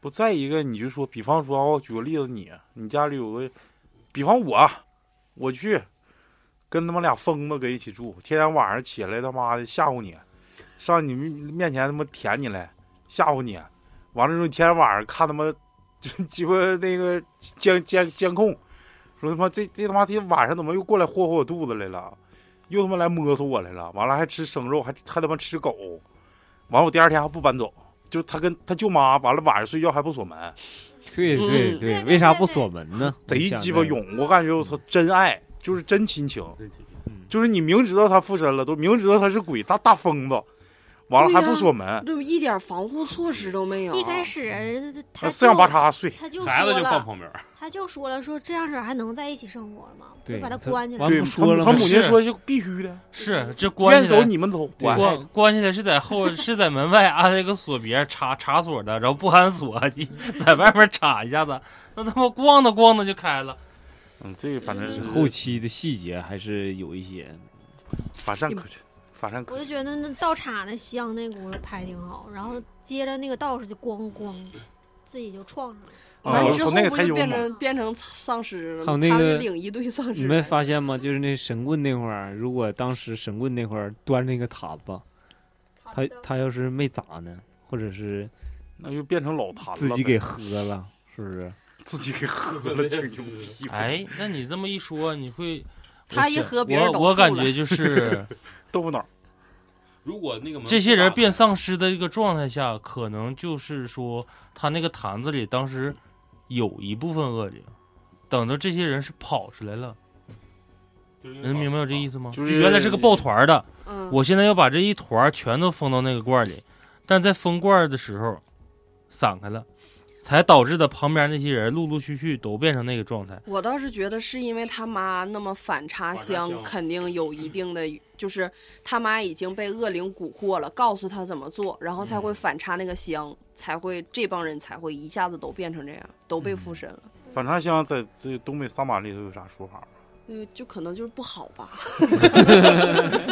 Speaker 2: 不，再一个你就说，比方说啊、举个例子你，你家里有个，比方我，我去跟他们俩疯子搁一起住，天天晚上起来他妈的吓唬你，上你们面前他妈舔你来吓唬你，完了之后天天晚上看他妈鸡巴那个监监监控，说他妈这这他妈这晚上怎么又过来霍霍我肚子来了，又他妈来摸索我来了，完了还吃生肉，还还他妈吃狗，完了我第二天还不搬走。就他跟他舅妈，完了晚上睡觉还不锁门，
Speaker 8: 对对
Speaker 6: 嗯
Speaker 8: 对
Speaker 4: 对，
Speaker 8: 为啥
Speaker 4: 对
Speaker 8: 不
Speaker 4: 对
Speaker 8: 锁门呢？
Speaker 2: 贼
Speaker 8: 想嗯
Speaker 2: 鸡
Speaker 8: 那
Speaker 2: 巴
Speaker 8: 个，
Speaker 2: 勇，我感觉我操，真爱就是真亲情，
Speaker 3: 真奇怪
Speaker 8: 嗯
Speaker 2: 就是你明知道他附身了，都明知道他是鬼大大疯子，完了
Speaker 6: 对
Speaker 2: 还
Speaker 6: 呀
Speaker 2: 不锁门，
Speaker 6: 就一点防护措施都没有。
Speaker 4: 一开始他
Speaker 2: 那四仰八
Speaker 4: 就
Speaker 2: 叉睡。
Speaker 4: 他就
Speaker 3: 孩子
Speaker 4: 说
Speaker 3: 就放
Speaker 4: 了，
Speaker 3: 旁边 儿，
Speaker 4: 他就说了，说这样式儿还能在一起生活吗？
Speaker 8: 对
Speaker 4: 就把他
Speaker 8: 他
Speaker 4: 关起来
Speaker 8: 完。
Speaker 2: 对，
Speaker 8: 不
Speaker 2: 他
Speaker 8: 说了
Speaker 2: 他
Speaker 8: 吗
Speaker 2: 母亲
Speaker 7: 是
Speaker 2: 说就必须的，
Speaker 7: 是这关
Speaker 2: 愿意
Speaker 7: 起
Speaker 2: 走
Speaker 7: 来
Speaker 2: 你们走，
Speaker 8: 对
Speaker 2: 我
Speaker 7: 关关起来是在后是在门外安了一个锁别插插锁的，然后不含锁，你在外面插一下子，那他妈咣当咣当就开 了。
Speaker 2: 嗯，这个反正是
Speaker 8: 后期的细节还是有一些，
Speaker 2: 乏善可陈，乏善
Speaker 4: 我
Speaker 2: 可
Speaker 4: 就
Speaker 2: 陈。
Speaker 4: 觉得那倒插那香那轱辘拍挺好，然后接着那个道士就咣咣，自己就撞上了。
Speaker 2: 啊，
Speaker 6: 完
Speaker 2: 我
Speaker 6: 之
Speaker 2: 操，
Speaker 6: 后
Speaker 2: 那个
Speaker 6: 不
Speaker 2: 太
Speaker 6: 就
Speaker 2: 幽
Speaker 6: 变
Speaker 2: 默了。
Speaker 6: 成变成丧尸了
Speaker 8: 还有
Speaker 6: 吗？
Speaker 8: 那
Speaker 6: 他
Speaker 8: 个
Speaker 6: 是领一堆丧尸来的。
Speaker 8: 你们发现吗？就是那神棍那会儿，如果当时神棍那会儿端那个塔子，他他要是没砸呢，或者是
Speaker 2: 那就变成老坛了呗，
Speaker 8: 自己给喝了，是不是？
Speaker 2: 自己给喝了，挺牛 逼。
Speaker 7: 哎，那你这么一说，你会
Speaker 6: 他
Speaker 7: 我
Speaker 6: 一
Speaker 7: 想
Speaker 6: 喝别人
Speaker 7: 我
Speaker 6: 都
Speaker 7: 我
Speaker 6: 吐
Speaker 7: 感
Speaker 6: 了
Speaker 7: 觉就是
Speaker 2: 豆腐脑儿，
Speaker 3: 如果那个门
Speaker 7: 这些人变丧尸的一个状态下，可能就是说他那个坛子里当时有一部分恶灵，等到这些人是跑出来了，能明白我这意
Speaker 3: 思？
Speaker 7: 思
Speaker 6: 哦
Speaker 7: 吗？
Speaker 2: 就是
Speaker 7: 原来是个抱团的，
Speaker 6: 嗯，
Speaker 7: 我现在要把这一团儿全都封到那个罐儿里，但在封罐儿的时候散开了，才导致的旁边那些人陆陆续续都变成那个状态。
Speaker 6: 我倒是觉得是因为他妈那么反差
Speaker 3: 反
Speaker 6: 香
Speaker 3: 差香，
Speaker 6: 肯定有
Speaker 2: 嗯
Speaker 6: 一定的，就是他妈已经被恶灵蛊惑了，告诉他怎么做，然后才
Speaker 2: 嗯
Speaker 6: 会反差那个香，才会这帮人才会一下子都变成这样，都被
Speaker 8: 嗯
Speaker 6: 附身了。
Speaker 2: 反差香在这东北三马里头有啥说法吗？
Speaker 6: 对，就可能就是不好吧。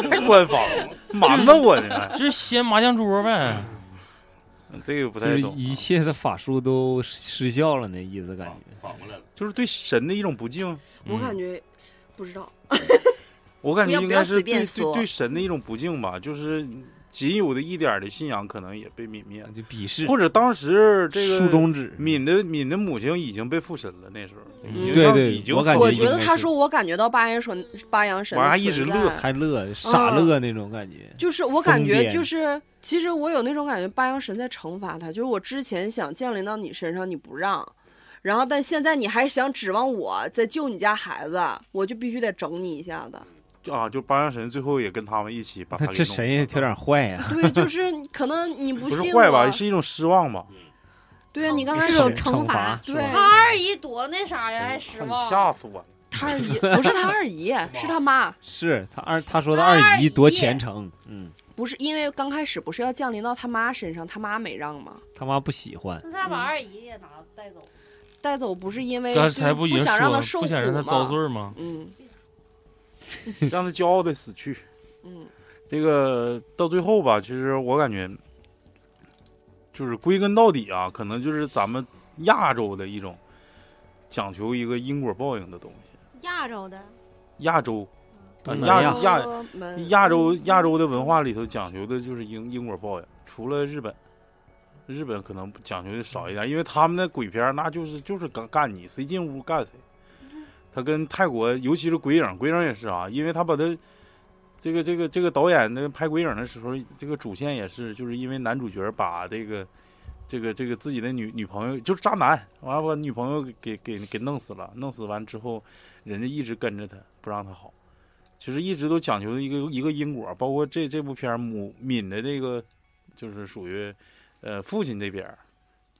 Speaker 2: 太 官方了，瞒着我呢。
Speaker 7: 这是掀麻将桌呗，
Speaker 2: 这个不
Speaker 8: 就
Speaker 2: 太
Speaker 8: 是
Speaker 2: 懂啊，
Speaker 8: 一切的法术都失效了，那意思感觉。
Speaker 3: 反过来了，
Speaker 2: 就是对神的一种不敬。
Speaker 6: 我
Speaker 7: 嗯
Speaker 6: 感觉不知道，
Speaker 2: 我感
Speaker 6: 不
Speaker 2: 觉
Speaker 6: 要
Speaker 2: 应
Speaker 6: 不要
Speaker 2: 该是
Speaker 6: 随
Speaker 2: 对
Speaker 6: 便
Speaker 2: 对
Speaker 6: 说
Speaker 2: 对神的一种不敬吧，就是仅有的一点儿的信仰可能也被泯灭了，
Speaker 8: 嗯就鄙视
Speaker 2: 或者当时这
Speaker 8: 竖
Speaker 2: 个
Speaker 8: 中指，
Speaker 2: 敏的敏的母亲已经被附身了，那时候已
Speaker 6: 嗯
Speaker 2: 经
Speaker 8: 对
Speaker 2: 让
Speaker 8: 对
Speaker 2: 已经
Speaker 8: 我感
Speaker 2: 附
Speaker 6: 我
Speaker 2: 身
Speaker 6: 觉得
Speaker 8: 应该
Speaker 6: 他
Speaker 8: 是
Speaker 6: 说我感觉到八阳神八阳神
Speaker 2: 我还
Speaker 6: 的
Speaker 2: 一直
Speaker 6: 存
Speaker 2: 乐
Speaker 6: 在
Speaker 8: 还乐傻乐那种感觉。
Speaker 6: 就是我
Speaker 8: 疯
Speaker 6: 感觉
Speaker 8: 癫
Speaker 6: 就是，其实我有那种感觉，八阳神在惩罚他。就是我之前想降临到你身上，你不让，然后但现在你还想指望我再救你家孩子，我就必须得整你一下子。
Speaker 2: 啊，就八阳神最后也跟他们一起把他
Speaker 8: 那
Speaker 2: 给
Speaker 8: 这
Speaker 2: 弄
Speaker 8: 神也
Speaker 2: 了
Speaker 8: 有点坏呀、
Speaker 6: 对，就是 你可能你不啊
Speaker 2: 不是
Speaker 6: 信
Speaker 2: 坏吧，
Speaker 6: 我，
Speaker 2: 是一种失望吧。
Speaker 6: 对啊，你刚
Speaker 4: 那
Speaker 6: 开
Speaker 4: 是
Speaker 6: 始
Speaker 4: 有
Speaker 8: 是
Speaker 4: 惩罚
Speaker 8: 罚，
Speaker 6: 对
Speaker 8: 是吧
Speaker 5: 他二姨多那啥
Speaker 3: 哎
Speaker 5: 呀，还失
Speaker 2: 看你
Speaker 5: 望。
Speaker 2: 吓死我了！
Speaker 6: 他二姨不是他 二姨，是他妈，
Speaker 8: 是他二他说的
Speaker 5: 二
Speaker 8: 二姨多
Speaker 5: 姨
Speaker 8: 虔诚，嗯，
Speaker 6: 不是因为刚开始不是要降临到他妈身上，他妈没让吗？
Speaker 8: 他妈不喜欢，
Speaker 5: 那他把
Speaker 3: 嗯
Speaker 5: 二姨也拿带走，
Speaker 6: 带走不是因为
Speaker 7: 刚
Speaker 6: 哎就
Speaker 7: 才
Speaker 6: 是
Speaker 7: 不已
Speaker 6: 不
Speaker 7: 经
Speaker 6: 想
Speaker 7: 说
Speaker 6: 让
Speaker 7: 了
Speaker 6: 他受
Speaker 7: 不
Speaker 6: 苦
Speaker 7: 想让他遭
Speaker 6: 嘛？
Speaker 7: 罪吗？
Speaker 6: 嗯
Speaker 2: 让他骄傲的死去。
Speaker 6: 嗯，
Speaker 2: 这个到最后吧，其实我感觉，就是归根到底啊，可能就是咱们亚洲的一种讲求一个因果报应的东西。
Speaker 4: 亚洲的
Speaker 2: 亚洲，啊
Speaker 8: 东
Speaker 2: 亚
Speaker 8: 南亚
Speaker 2: 亚
Speaker 6: 我们
Speaker 2: 亚洲亚洲的文化里头讲求的就是因因果报应，除了日本。日本可能讲究的少一点，因为他们的鬼片儿那就是就是干干你，谁进屋干谁。他跟泰国，尤其是鬼影，鬼影也是啊，因为他把他这个这个这个导演那个拍鬼影的时候，这个主线也是，就是因为男主角把这个这个这个自己的女女朋友就是渣男，完了把女朋友给给给弄死了，弄死完之后，人家一直跟着他，不让他好。其实一直都讲究一个一个因果，包括这这部片儿母敏的这个就是属于呃父亲这边儿，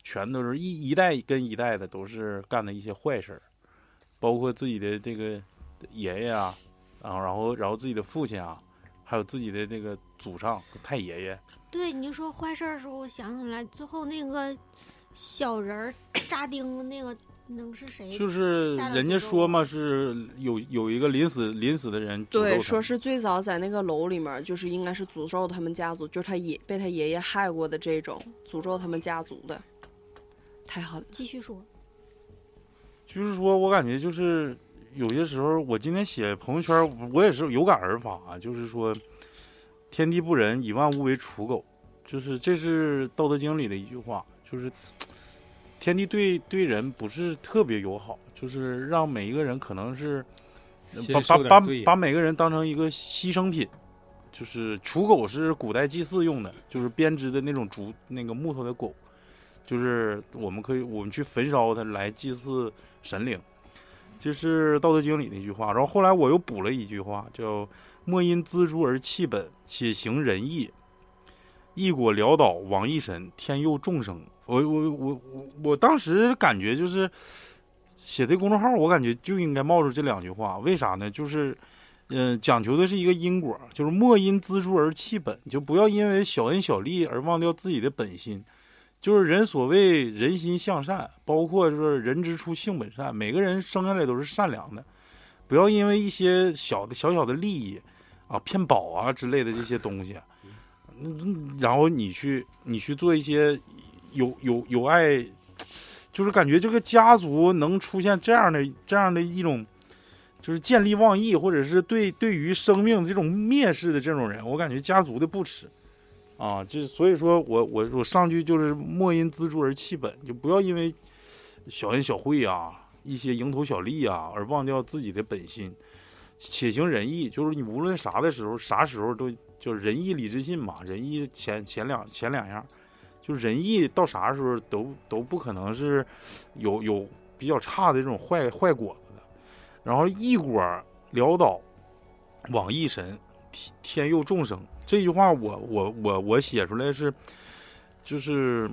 Speaker 2: 全都是一一代跟一代的都是干的一些坏事儿，包括自己的这个爷爷啊，啊，然后然后自己的父亲啊，还有自己的这个祖上太爷爷，
Speaker 4: 对，你就说坏事儿的时候，我想起来最后那个小人儿 扎钉子那个能是谁？
Speaker 2: 就是
Speaker 4: 哎吓得
Speaker 2: 人家
Speaker 4: 诅咒
Speaker 2: 说
Speaker 4: 我
Speaker 2: 嘛，是有有一个临死临死的人诅咒
Speaker 6: 对，
Speaker 2: 他
Speaker 6: 说是最早在那个楼里面儿，就是应该是诅咒他们家族，就是他爷被他爷爷害过的这种诅咒他们家族的，太狠了。
Speaker 4: 继续说，
Speaker 2: 就是说我感觉就是有些时候，我今天写朋友圈，我也是有感而发、啊，就是说“天地不仁，以万物为刍狗”，就是这是《道德经》里的一句话，就是天地对对人不是特别友好，就是让每一个人可能是
Speaker 8: 先
Speaker 2: 把
Speaker 8: 受
Speaker 2: 把
Speaker 8: 点
Speaker 2: 把
Speaker 8: 罪
Speaker 2: 把每个人当成一个牺牲品。就是刍狗是古代祭祀用的，就是编织的那种竹那个木头的狗，就是我们可以我们去焚烧它来祭祀神灵，这是《道德经》里的一句话。然后后来我又补了一句话，叫“莫因锱铢而弃本，且行仁义，一果潦倒枉一神，天佑众生。我我我我我当时感觉就是写这公众号，我感觉就应该冒出这两句话，为啥呢？就是。嗯，讲求的是一个因果，就是莫因资助而弃本，就不要因为小恩小利而忘掉自己的本心。就是人所谓人心向善，包括就是人之初性本善，每个人生下来都是善良的，不要因为一些小的小小的利益啊、骗保啊之类的这些东西，啊嗯然后你去你去做一些有有有爱，就是感觉这个家族能出现这样的这样的一种。就是见利忘义，或者是对对于生命这种蔑视的这种人，我感觉家族的不耻啊，这所以说我我我上句就是莫因资助而弃本，就不要因为小恩小惠啊，一些蝇头小利啊，而忘掉自己的本心，且行仁义，就是你无论啥的时候，啥时候都就是仁义礼智信嘛，仁义前前两前两样，就仁义到啥时候都都不可能是有有比较差的这种坏坏果子的。然后一果潦倒，枉一神，天天佑众生。这句话我我我我写出来是，就是，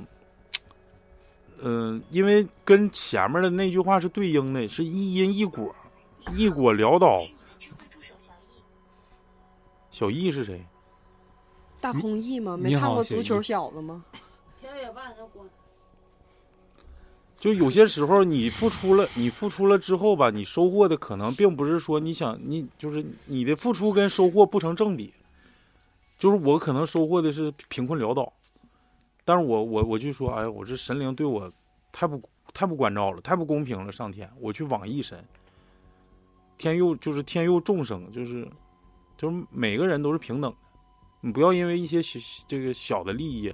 Speaker 2: 嗯、因为跟前面的那句话是对应的，是一因一果，一果潦倒。小易是谁？
Speaker 6: 大空翼吗？
Speaker 8: 你
Speaker 6: 没看
Speaker 8: 好
Speaker 6: 过
Speaker 8: 谢
Speaker 6: 足球
Speaker 8: 意
Speaker 6: 小子吗？
Speaker 5: 田野把他 关。
Speaker 2: 就有些时候你付出了，你付出了之后吧，你收获的可能并不是说你想你就是你的付出跟收获不成正比，就是我可能收获的是贫困潦倒，但是我我我就说，哎，我这神灵对我太不太不关照了，太不公平了，上天，我去网易神，天佑就是天佑众生，就是就是每个人都是平等的，你不要因为一些小这个小的利益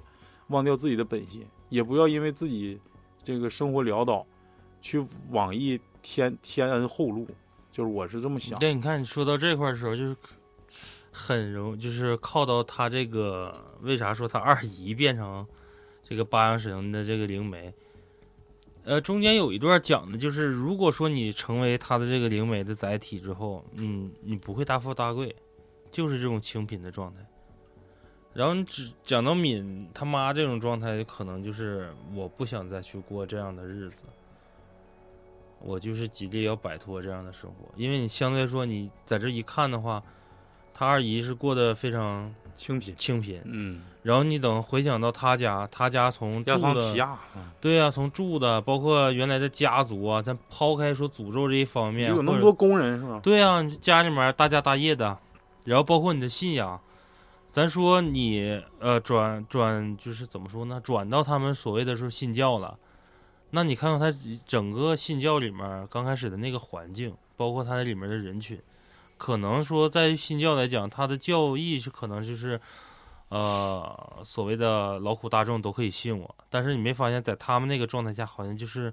Speaker 2: 忘掉自己的本心，也不要因为自己。这个生活潦倒，去网易天天恩后路，就是我是这么想。
Speaker 7: 对，你看你说到这块儿的时候，就是很容，就是靠到他这个为啥说他二姨变成这个八阳神的这个灵媒？呃，中间有一段讲的就是，如果说你成为他的这个灵媒的载体之后，嗯，你不会大富大贵，就是这种清贫的状态。然后你只讲到敏他妈这种状态，可能就是我不想再去过这样的日子。我就是极力要摆脱这样的生活，因为你相对来说，你在这一看的话，他二姨是过得非常
Speaker 2: 清贫，
Speaker 7: 清贫。
Speaker 2: 嗯，
Speaker 7: 然后你等回想到他家，他家从住
Speaker 2: 亚桑提
Speaker 7: 的，
Speaker 2: 亚，嗯
Speaker 7: 对啊，从住的，包括原来的家族啊，咱抛开说诅咒这一方面，
Speaker 2: 就有那么
Speaker 7: 或者
Speaker 2: 多工人是吧？
Speaker 7: 对啊，你家里面大家大业的，然后包括你的信仰，咱说你呃转转就是怎么说呢？转到他们所谓的说信教了，那你看看他整个信教里面刚开始的那个环境，包括他那里面的人群，可能说在信教来讲，他的教义是可能就是。呃，所谓的劳苦大众都可以信我，但是你没发现，在他们那个状态下，好像就是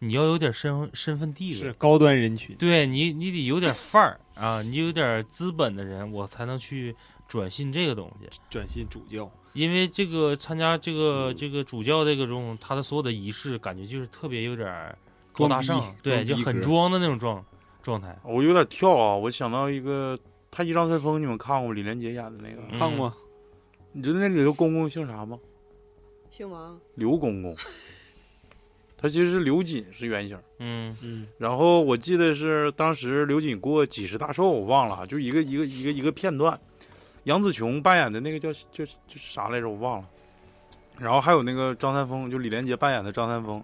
Speaker 7: 你要有点身身份地位，
Speaker 8: 是高端人群，
Speaker 7: 对你，你得有点范儿啊，你有点资本的人，我才能去转信这个东西。
Speaker 8: 转信主教。
Speaker 7: 因为这个参加这个这个主教这个中，他的所有的仪式，感觉就是特别有点儿高大上
Speaker 8: 装逼，
Speaker 7: 对，
Speaker 8: 装
Speaker 7: 就
Speaker 8: 逼
Speaker 7: 很
Speaker 8: 格
Speaker 7: 装的那种状状态。
Speaker 2: 我有点跳啊，我想到一个《太极张三丰》，你们看过李连杰演的那个？
Speaker 7: 嗯
Speaker 8: 看过，
Speaker 2: 你知道那里头公公姓啥吗？
Speaker 6: 姓王，
Speaker 2: 刘公公，他其实是刘瑾是原型。
Speaker 7: 嗯，
Speaker 8: 嗯，
Speaker 2: 然后我记得是当时刘瑾过几十大寿，我忘了啊，就一个一个一个一个片段，杨紫琼扮演的那个叫叫叫啥来着，我忘了。然后还有那个张三丰，就李连杰扮演的张三丰，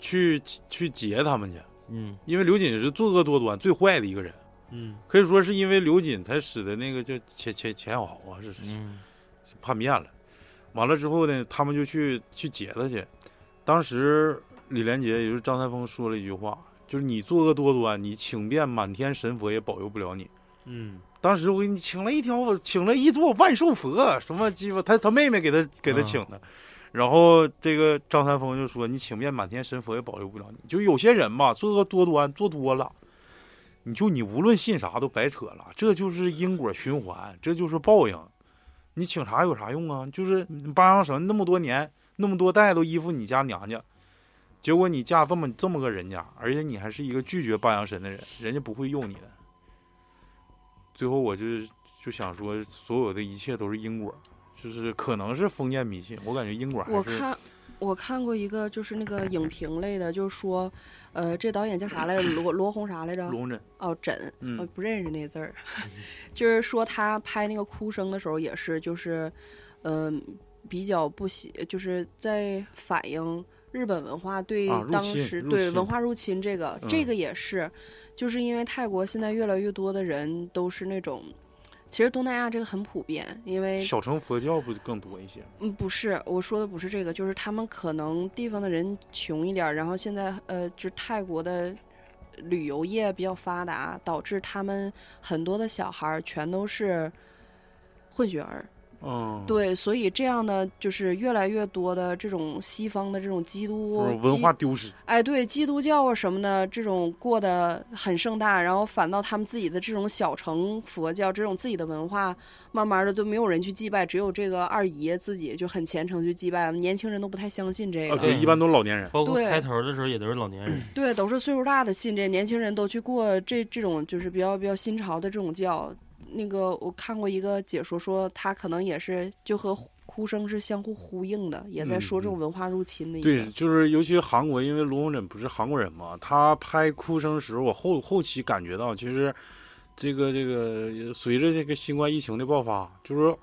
Speaker 2: 去去劫他们去，
Speaker 7: 嗯，
Speaker 2: 因为刘瑾是作恶多端、最坏的一个人，
Speaker 8: 嗯，
Speaker 2: 可以说是因为刘瑾才使得那个叫钱钱钱小豪啊，是是
Speaker 7: 嗯，
Speaker 2: 叛变了。完了之后呢，他们就去去劫他去。当时李连杰，也就是张三丰说了一句话，就是你作恶多端，你请遍满天神佛也保佑不了你。
Speaker 8: 嗯，
Speaker 2: 当时我给你请了一条，请了一座万寿佛，什么鸡巴，他他妹妹给他给他
Speaker 7: 嗯
Speaker 2: 请的。然后这个张三丰就说：“你请遍满天神佛也保佑不了你。”就有些人吧，作恶多端，做多了，你就你无论信啥都白扯了，这就是因果循环，这就是报应。你请啥有啥用啊？就是八阳神那么多年，那么多代都依附你家娘家，结果你嫁这么这么个人家，而且你还是一个拒绝八阳神的人，人家不会用你的。最后我就就想说，所有的一切都是因果，就是可能是封建迷信，我感觉英国还
Speaker 6: 我
Speaker 2: 是
Speaker 6: 看我看过一个就是那个影评类的，就是说，呃，这导演叫啥来着？罗罗红啥来着？
Speaker 2: 龙人，
Speaker 6: 哦，枕，
Speaker 2: 嗯
Speaker 6: 我不认识那字儿， 就是说他拍那个哭声的时候也是，就是，嗯、比较不喜，就是在反映日本文化对
Speaker 2: 啊入
Speaker 6: 当
Speaker 2: 侵
Speaker 6: 时、
Speaker 2: 入
Speaker 6: 对
Speaker 2: 侵
Speaker 6: 文化入侵这个，
Speaker 2: 嗯
Speaker 6: 这个也是，就是因为泰国现在越来越多的人都是那种，其实东南亚这个很普遍，因为
Speaker 2: 小乘佛教不更多一些？
Speaker 6: 嗯，不是，我说的不是这个，就是他们可能地方的人穷一点儿，然后现在呃，就是泰国的旅游业比较发达，导致他们很多的小孩儿全都是混血儿。
Speaker 2: 嗯，，
Speaker 6: 对，所以这样呢，就是越来越多的这种西方的这种基督
Speaker 2: 文
Speaker 6: 基
Speaker 2: 化丢失，
Speaker 6: 哎，对，基督教啊什么的，这种过得很盛大，然后反倒他们自己的这种小乘佛教，这种自己的文化，慢慢的都没有人去祭拜，只有这个二爷自己就很虔诚去祭拜，年轻人都不太相信这
Speaker 2: 啊，
Speaker 6: 个，
Speaker 2: 对，一般都是老年人。
Speaker 7: 包括
Speaker 6: 对
Speaker 7: 开头的时候也都是老年 人，
Speaker 6: 对，都是岁数大的信这，年轻人都去过这这种就是比较比较新潮的这种教。那个我看过一个解说说，他可能也是就和哭声是相互呼应的，也在
Speaker 2: 嗯
Speaker 6: 说
Speaker 2: 嗯
Speaker 6: 这种文化入侵的一个。
Speaker 2: 对，就是尤其韩国，因为罗红枕不是韩国人嘛，他拍《哭声》时，我后后期感觉到，其实这个这个随着这个新冠疫情的爆发，就是说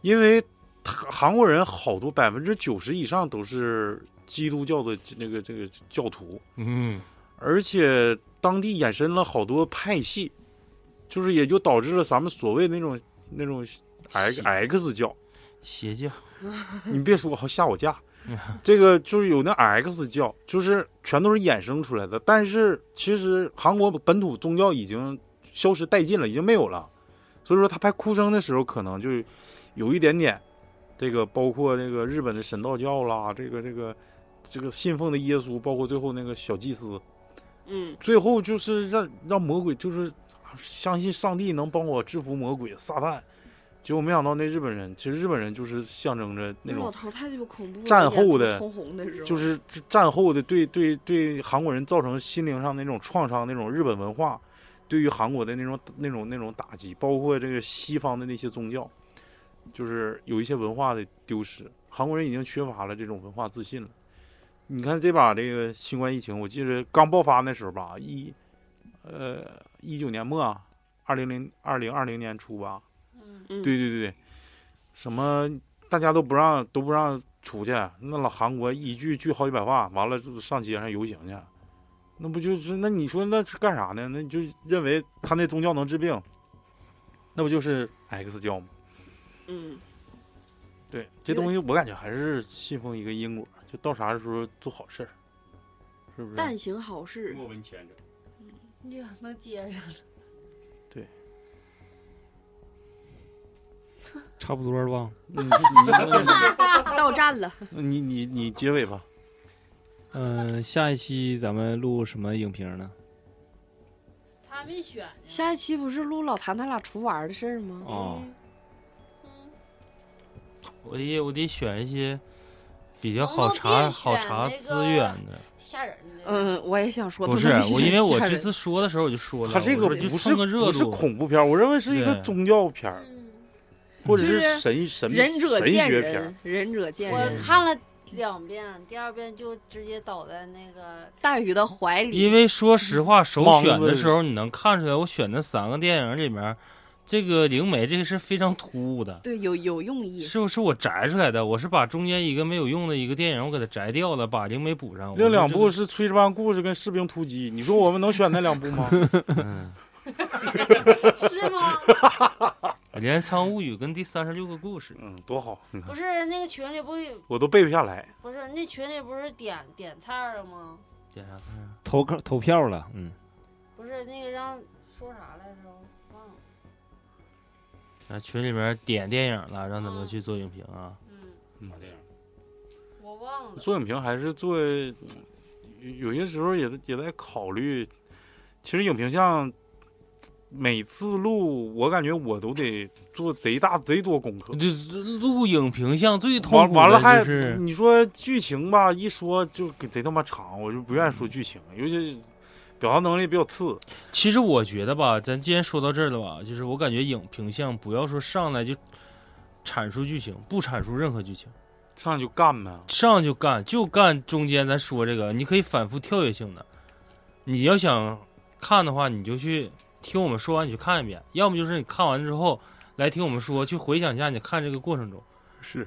Speaker 2: 因为他韩国人好多百分之九十以上都是基督教的那个这个教徒，
Speaker 7: 嗯，
Speaker 2: 而且当地衍生了好多派系，就是也就导致了咱们所谓那种那种 X
Speaker 7: 系
Speaker 2: X 教。
Speaker 7: 邪教，
Speaker 2: 你别说，好吓我架。这个就是有那 X 教，就是全都是衍生出来的。但是其实韩国本土宗教已经消失殆尽了，已经没有了。所以说他拍《哭声》的时候，可能就有一点点这个，包括那个日本的神道教啦，这个这个这个信奉的耶稣，包括最后那个小祭司，
Speaker 6: 嗯，
Speaker 2: 最后就是让让魔鬼就是相信上帝能帮我制服魔鬼撒旦。结果没想到那日本人，其实日本人就是象征着那
Speaker 6: 那
Speaker 2: 种
Speaker 6: 老头儿太鸡巴恐怖了，
Speaker 2: 战
Speaker 6: 眼
Speaker 2: 后
Speaker 6: 珠
Speaker 2: 的
Speaker 6: 通红的时候，
Speaker 2: 就是战后的对对对韩国人造成心灵上那种创伤，那种日本文化对于韩国的那种那种那种打击，包括这个西方的那些宗教，就是有一些文化的丢失。韩国人已经缺乏了这种文化自信了。你看这把这个新冠疫情，我记得刚爆发那时候吧，一呃一九年末，二零零二零二零年初吧，
Speaker 5: 嗯，
Speaker 6: 嗯
Speaker 2: 对对对对，什么大家都不让都不让出去，那老韩国一聚聚好几百万，完了就上街上游行去，那不就是那你说那是干啥呢？那你就认为他那宗教能治病，那不就是 X 教吗？
Speaker 6: 嗯，
Speaker 2: 对，这东西我感觉还是信奉一个因果，就到啥时候做好事儿，是不是？
Speaker 6: 但行好事。
Speaker 3: 莫问前程。
Speaker 5: 你俩能接上？
Speaker 8: 差不多了吧？
Speaker 2: 嗯你
Speaker 6: 到站了，
Speaker 2: 你你你你结尾吧，
Speaker 8: 嗯、下一期咱们录什么影评呢？
Speaker 5: 他还没选呢。
Speaker 6: 下一期不是录老谭他俩厨玩的事儿吗？
Speaker 8: 哦，
Speaker 5: 嗯
Speaker 7: 我得我得选一些比较
Speaker 5: 能不能
Speaker 7: 好查
Speaker 5: 别
Speaker 7: 好
Speaker 5: 选
Speaker 7: 查
Speaker 5: 那
Speaker 7: 资
Speaker 5: 个
Speaker 7: 源的。
Speaker 5: 吓人的。
Speaker 6: 嗯，我也想说，
Speaker 7: 不
Speaker 6: 都
Speaker 7: 是
Speaker 6: 能比
Speaker 7: 我，因为我
Speaker 6: 吓
Speaker 7: 这
Speaker 6: 人
Speaker 7: 次说的时候我就说了，
Speaker 2: 他这个
Speaker 7: 我说就
Speaker 2: 不是
Speaker 7: 蹭个热
Speaker 2: 不是
Speaker 7: 度，
Speaker 2: 恐怖片儿，我认为是一个
Speaker 7: 对
Speaker 2: 宗教片儿，
Speaker 5: 嗯，
Speaker 2: 或者
Speaker 6: 就是是
Speaker 2: 神神
Speaker 6: 仁者
Speaker 2: 神
Speaker 6: 见
Speaker 2: 学片儿
Speaker 6: 仁。，仁者见
Speaker 5: 我
Speaker 6: 仁。
Speaker 5: 看了两遍，第二遍就直接倒在那个
Speaker 6: 大禹的怀里，
Speaker 7: 因为说实话，首
Speaker 2: 忙
Speaker 7: 选
Speaker 2: 问
Speaker 7: 的时候你能看出来，我选的三个电影里面，这个灵媒这个是非常突兀的，
Speaker 6: 对有有用意。
Speaker 7: 是是我摘出来的，我是把中间一个没有用的一个电影我给它摘掉了，把灵媒补上。我
Speaker 2: 另
Speaker 7: 说
Speaker 2: 两
Speaker 7: 这
Speaker 2: 部
Speaker 7: 个，
Speaker 2: 是《炊事班故事》跟《士兵突击》，你说我们能选那两部吗？
Speaker 7: 嗯，
Speaker 5: 是吗？
Speaker 7: 《镰仓物语》跟《第三十六个故事》，
Speaker 2: 嗯，多好，你看
Speaker 5: 不是那个群里不是
Speaker 2: 我都背不下来。
Speaker 5: 不是那群里不是点点菜儿了吗？
Speaker 7: 点啥看啊？
Speaker 8: 投个投票了，嗯，
Speaker 5: 不是那个让说啥来着？忘了。
Speaker 7: 啊，群里面点电影了，让他们去做影评啊。
Speaker 5: 嗯，
Speaker 2: 嗯
Speaker 5: 我忘了。
Speaker 2: 做影评还是做，嗯有有些时候也在也在考虑。其实影评像每次录，我感觉我都得做贼大贼多功课。
Speaker 7: 就录影评像最痛
Speaker 2: 啊完
Speaker 7: 苦
Speaker 2: 完了还嗯
Speaker 7: 的就是
Speaker 2: 你说剧情吧，一说就给贼他妈长，我就不愿意说剧情，尤其表达能力比较次。
Speaker 7: 其实我觉得吧，咱既然说到这儿了吧，就是我感觉影评像不要说上来就阐述剧情，不阐述任何剧情，
Speaker 2: 上去就干呗。
Speaker 7: 上就干，就干中间咱说这个，你可以反复跳跃性的。你要想看的话，你就去听我们说完，你去看一遍；要么就是你看完之后来听我们说，去回想一下你看这个过程中。
Speaker 2: 是，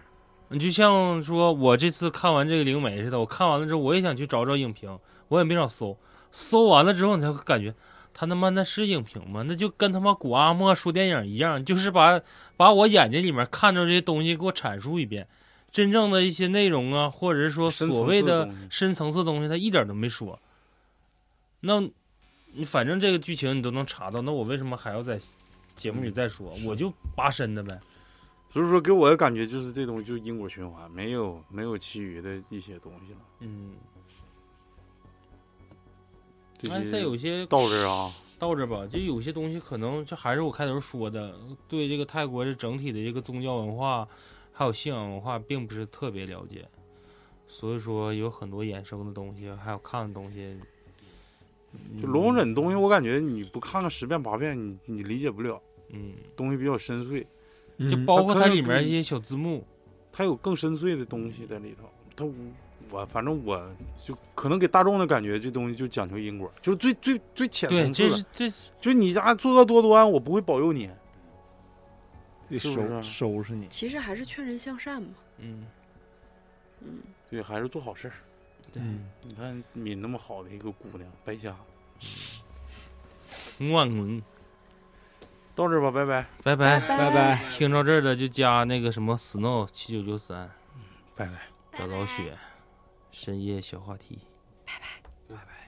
Speaker 7: 你就像说我这次看完这个灵媒似的，我看完了之后，我也想去找找影评，我也没少搜，搜完了之后，你才会感觉他他妈那是影评吗？那就跟他妈古阿莫说电影一样，就是把把我眼睛里面看着这些东西给我阐述一遍，真正的一些内容啊，或者是说
Speaker 2: 深层
Speaker 7: 所谓
Speaker 2: 次的
Speaker 7: 的
Speaker 2: 东西
Speaker 7: 深层次的东西，他一点都没说。那你反正这个剧情你都能查到，那我为什么还要在节
Speaker 2: 嗯
Speaker 7: 目里再说？我就拔深的呗。
Speaker 2: 所以说给我的感觉就是这东西就是因果循环，没有没有其余的一些东西了。
Speaker 7: 嗯，
Speaker 2: 这
Speaker 7: 哎，再
Speaker 2: 些
Speaker 7: 有些
Speaker 2: 到这儿啊，
Speaker 7: 到这吧，就有些东西可能就还是我开头说的，对这个泰国这整体的这个宗教文化，还有信仰文化，并不是特别了解，所以说有很多衍生的东西，还有看的东西，嗯
Speaker 2: 就龙忍东西，我感觉你不看个十遍八遍，你你理解不了，
Speaker 7: 嗯，
Speaker 2: 东西比较深邃，
Speaker 7: 就
Speaker 8: 嗯
Speaker 7: 包括它
Speaker 2: 它
Speaker 7: 里
Speaker 2: 可
Speaker 7: 面
Speaker 2: 能
Speaker 7: 一些小字幕，
Speaker 2: 它有更深邃的东西在里头。它我反正我就可能给大众的感觉，这东西就讲究因果，就是最最最浅
Speaker 7: 对，
Speaker 2: 层
Speaker 7: 这
Speaker 2: 次的
Speaker 7: 是，这
Speaker 2: 就是你家作恶多端，我不会保佑你。
Speaker 8: 得
Speaker 2: 是不是
Speaker 8: 收收拾你。
Speaker 6: 其实还是劝人向善嘛。
Speaker 7: 嗯，
Speaker 6: 嗯，
Speaker 2: 对，还是做好事儿。
Speaker 7: 对，
Speaker 2: 你看敏那么好的一个姑娘，白瞎。
Speaker 7: 万文，
Speaker 2: 到这儿吧，拜拜，
Speaker 7: 拜拜，
Speaker 8: 拜拜。
Speaker 7: 听到这儿的就加那个什么 snow 七九九三，
Speaker 2: 拜拜。
Speaker 7: 找老雪，深夜小话题，拜拜，拜拜。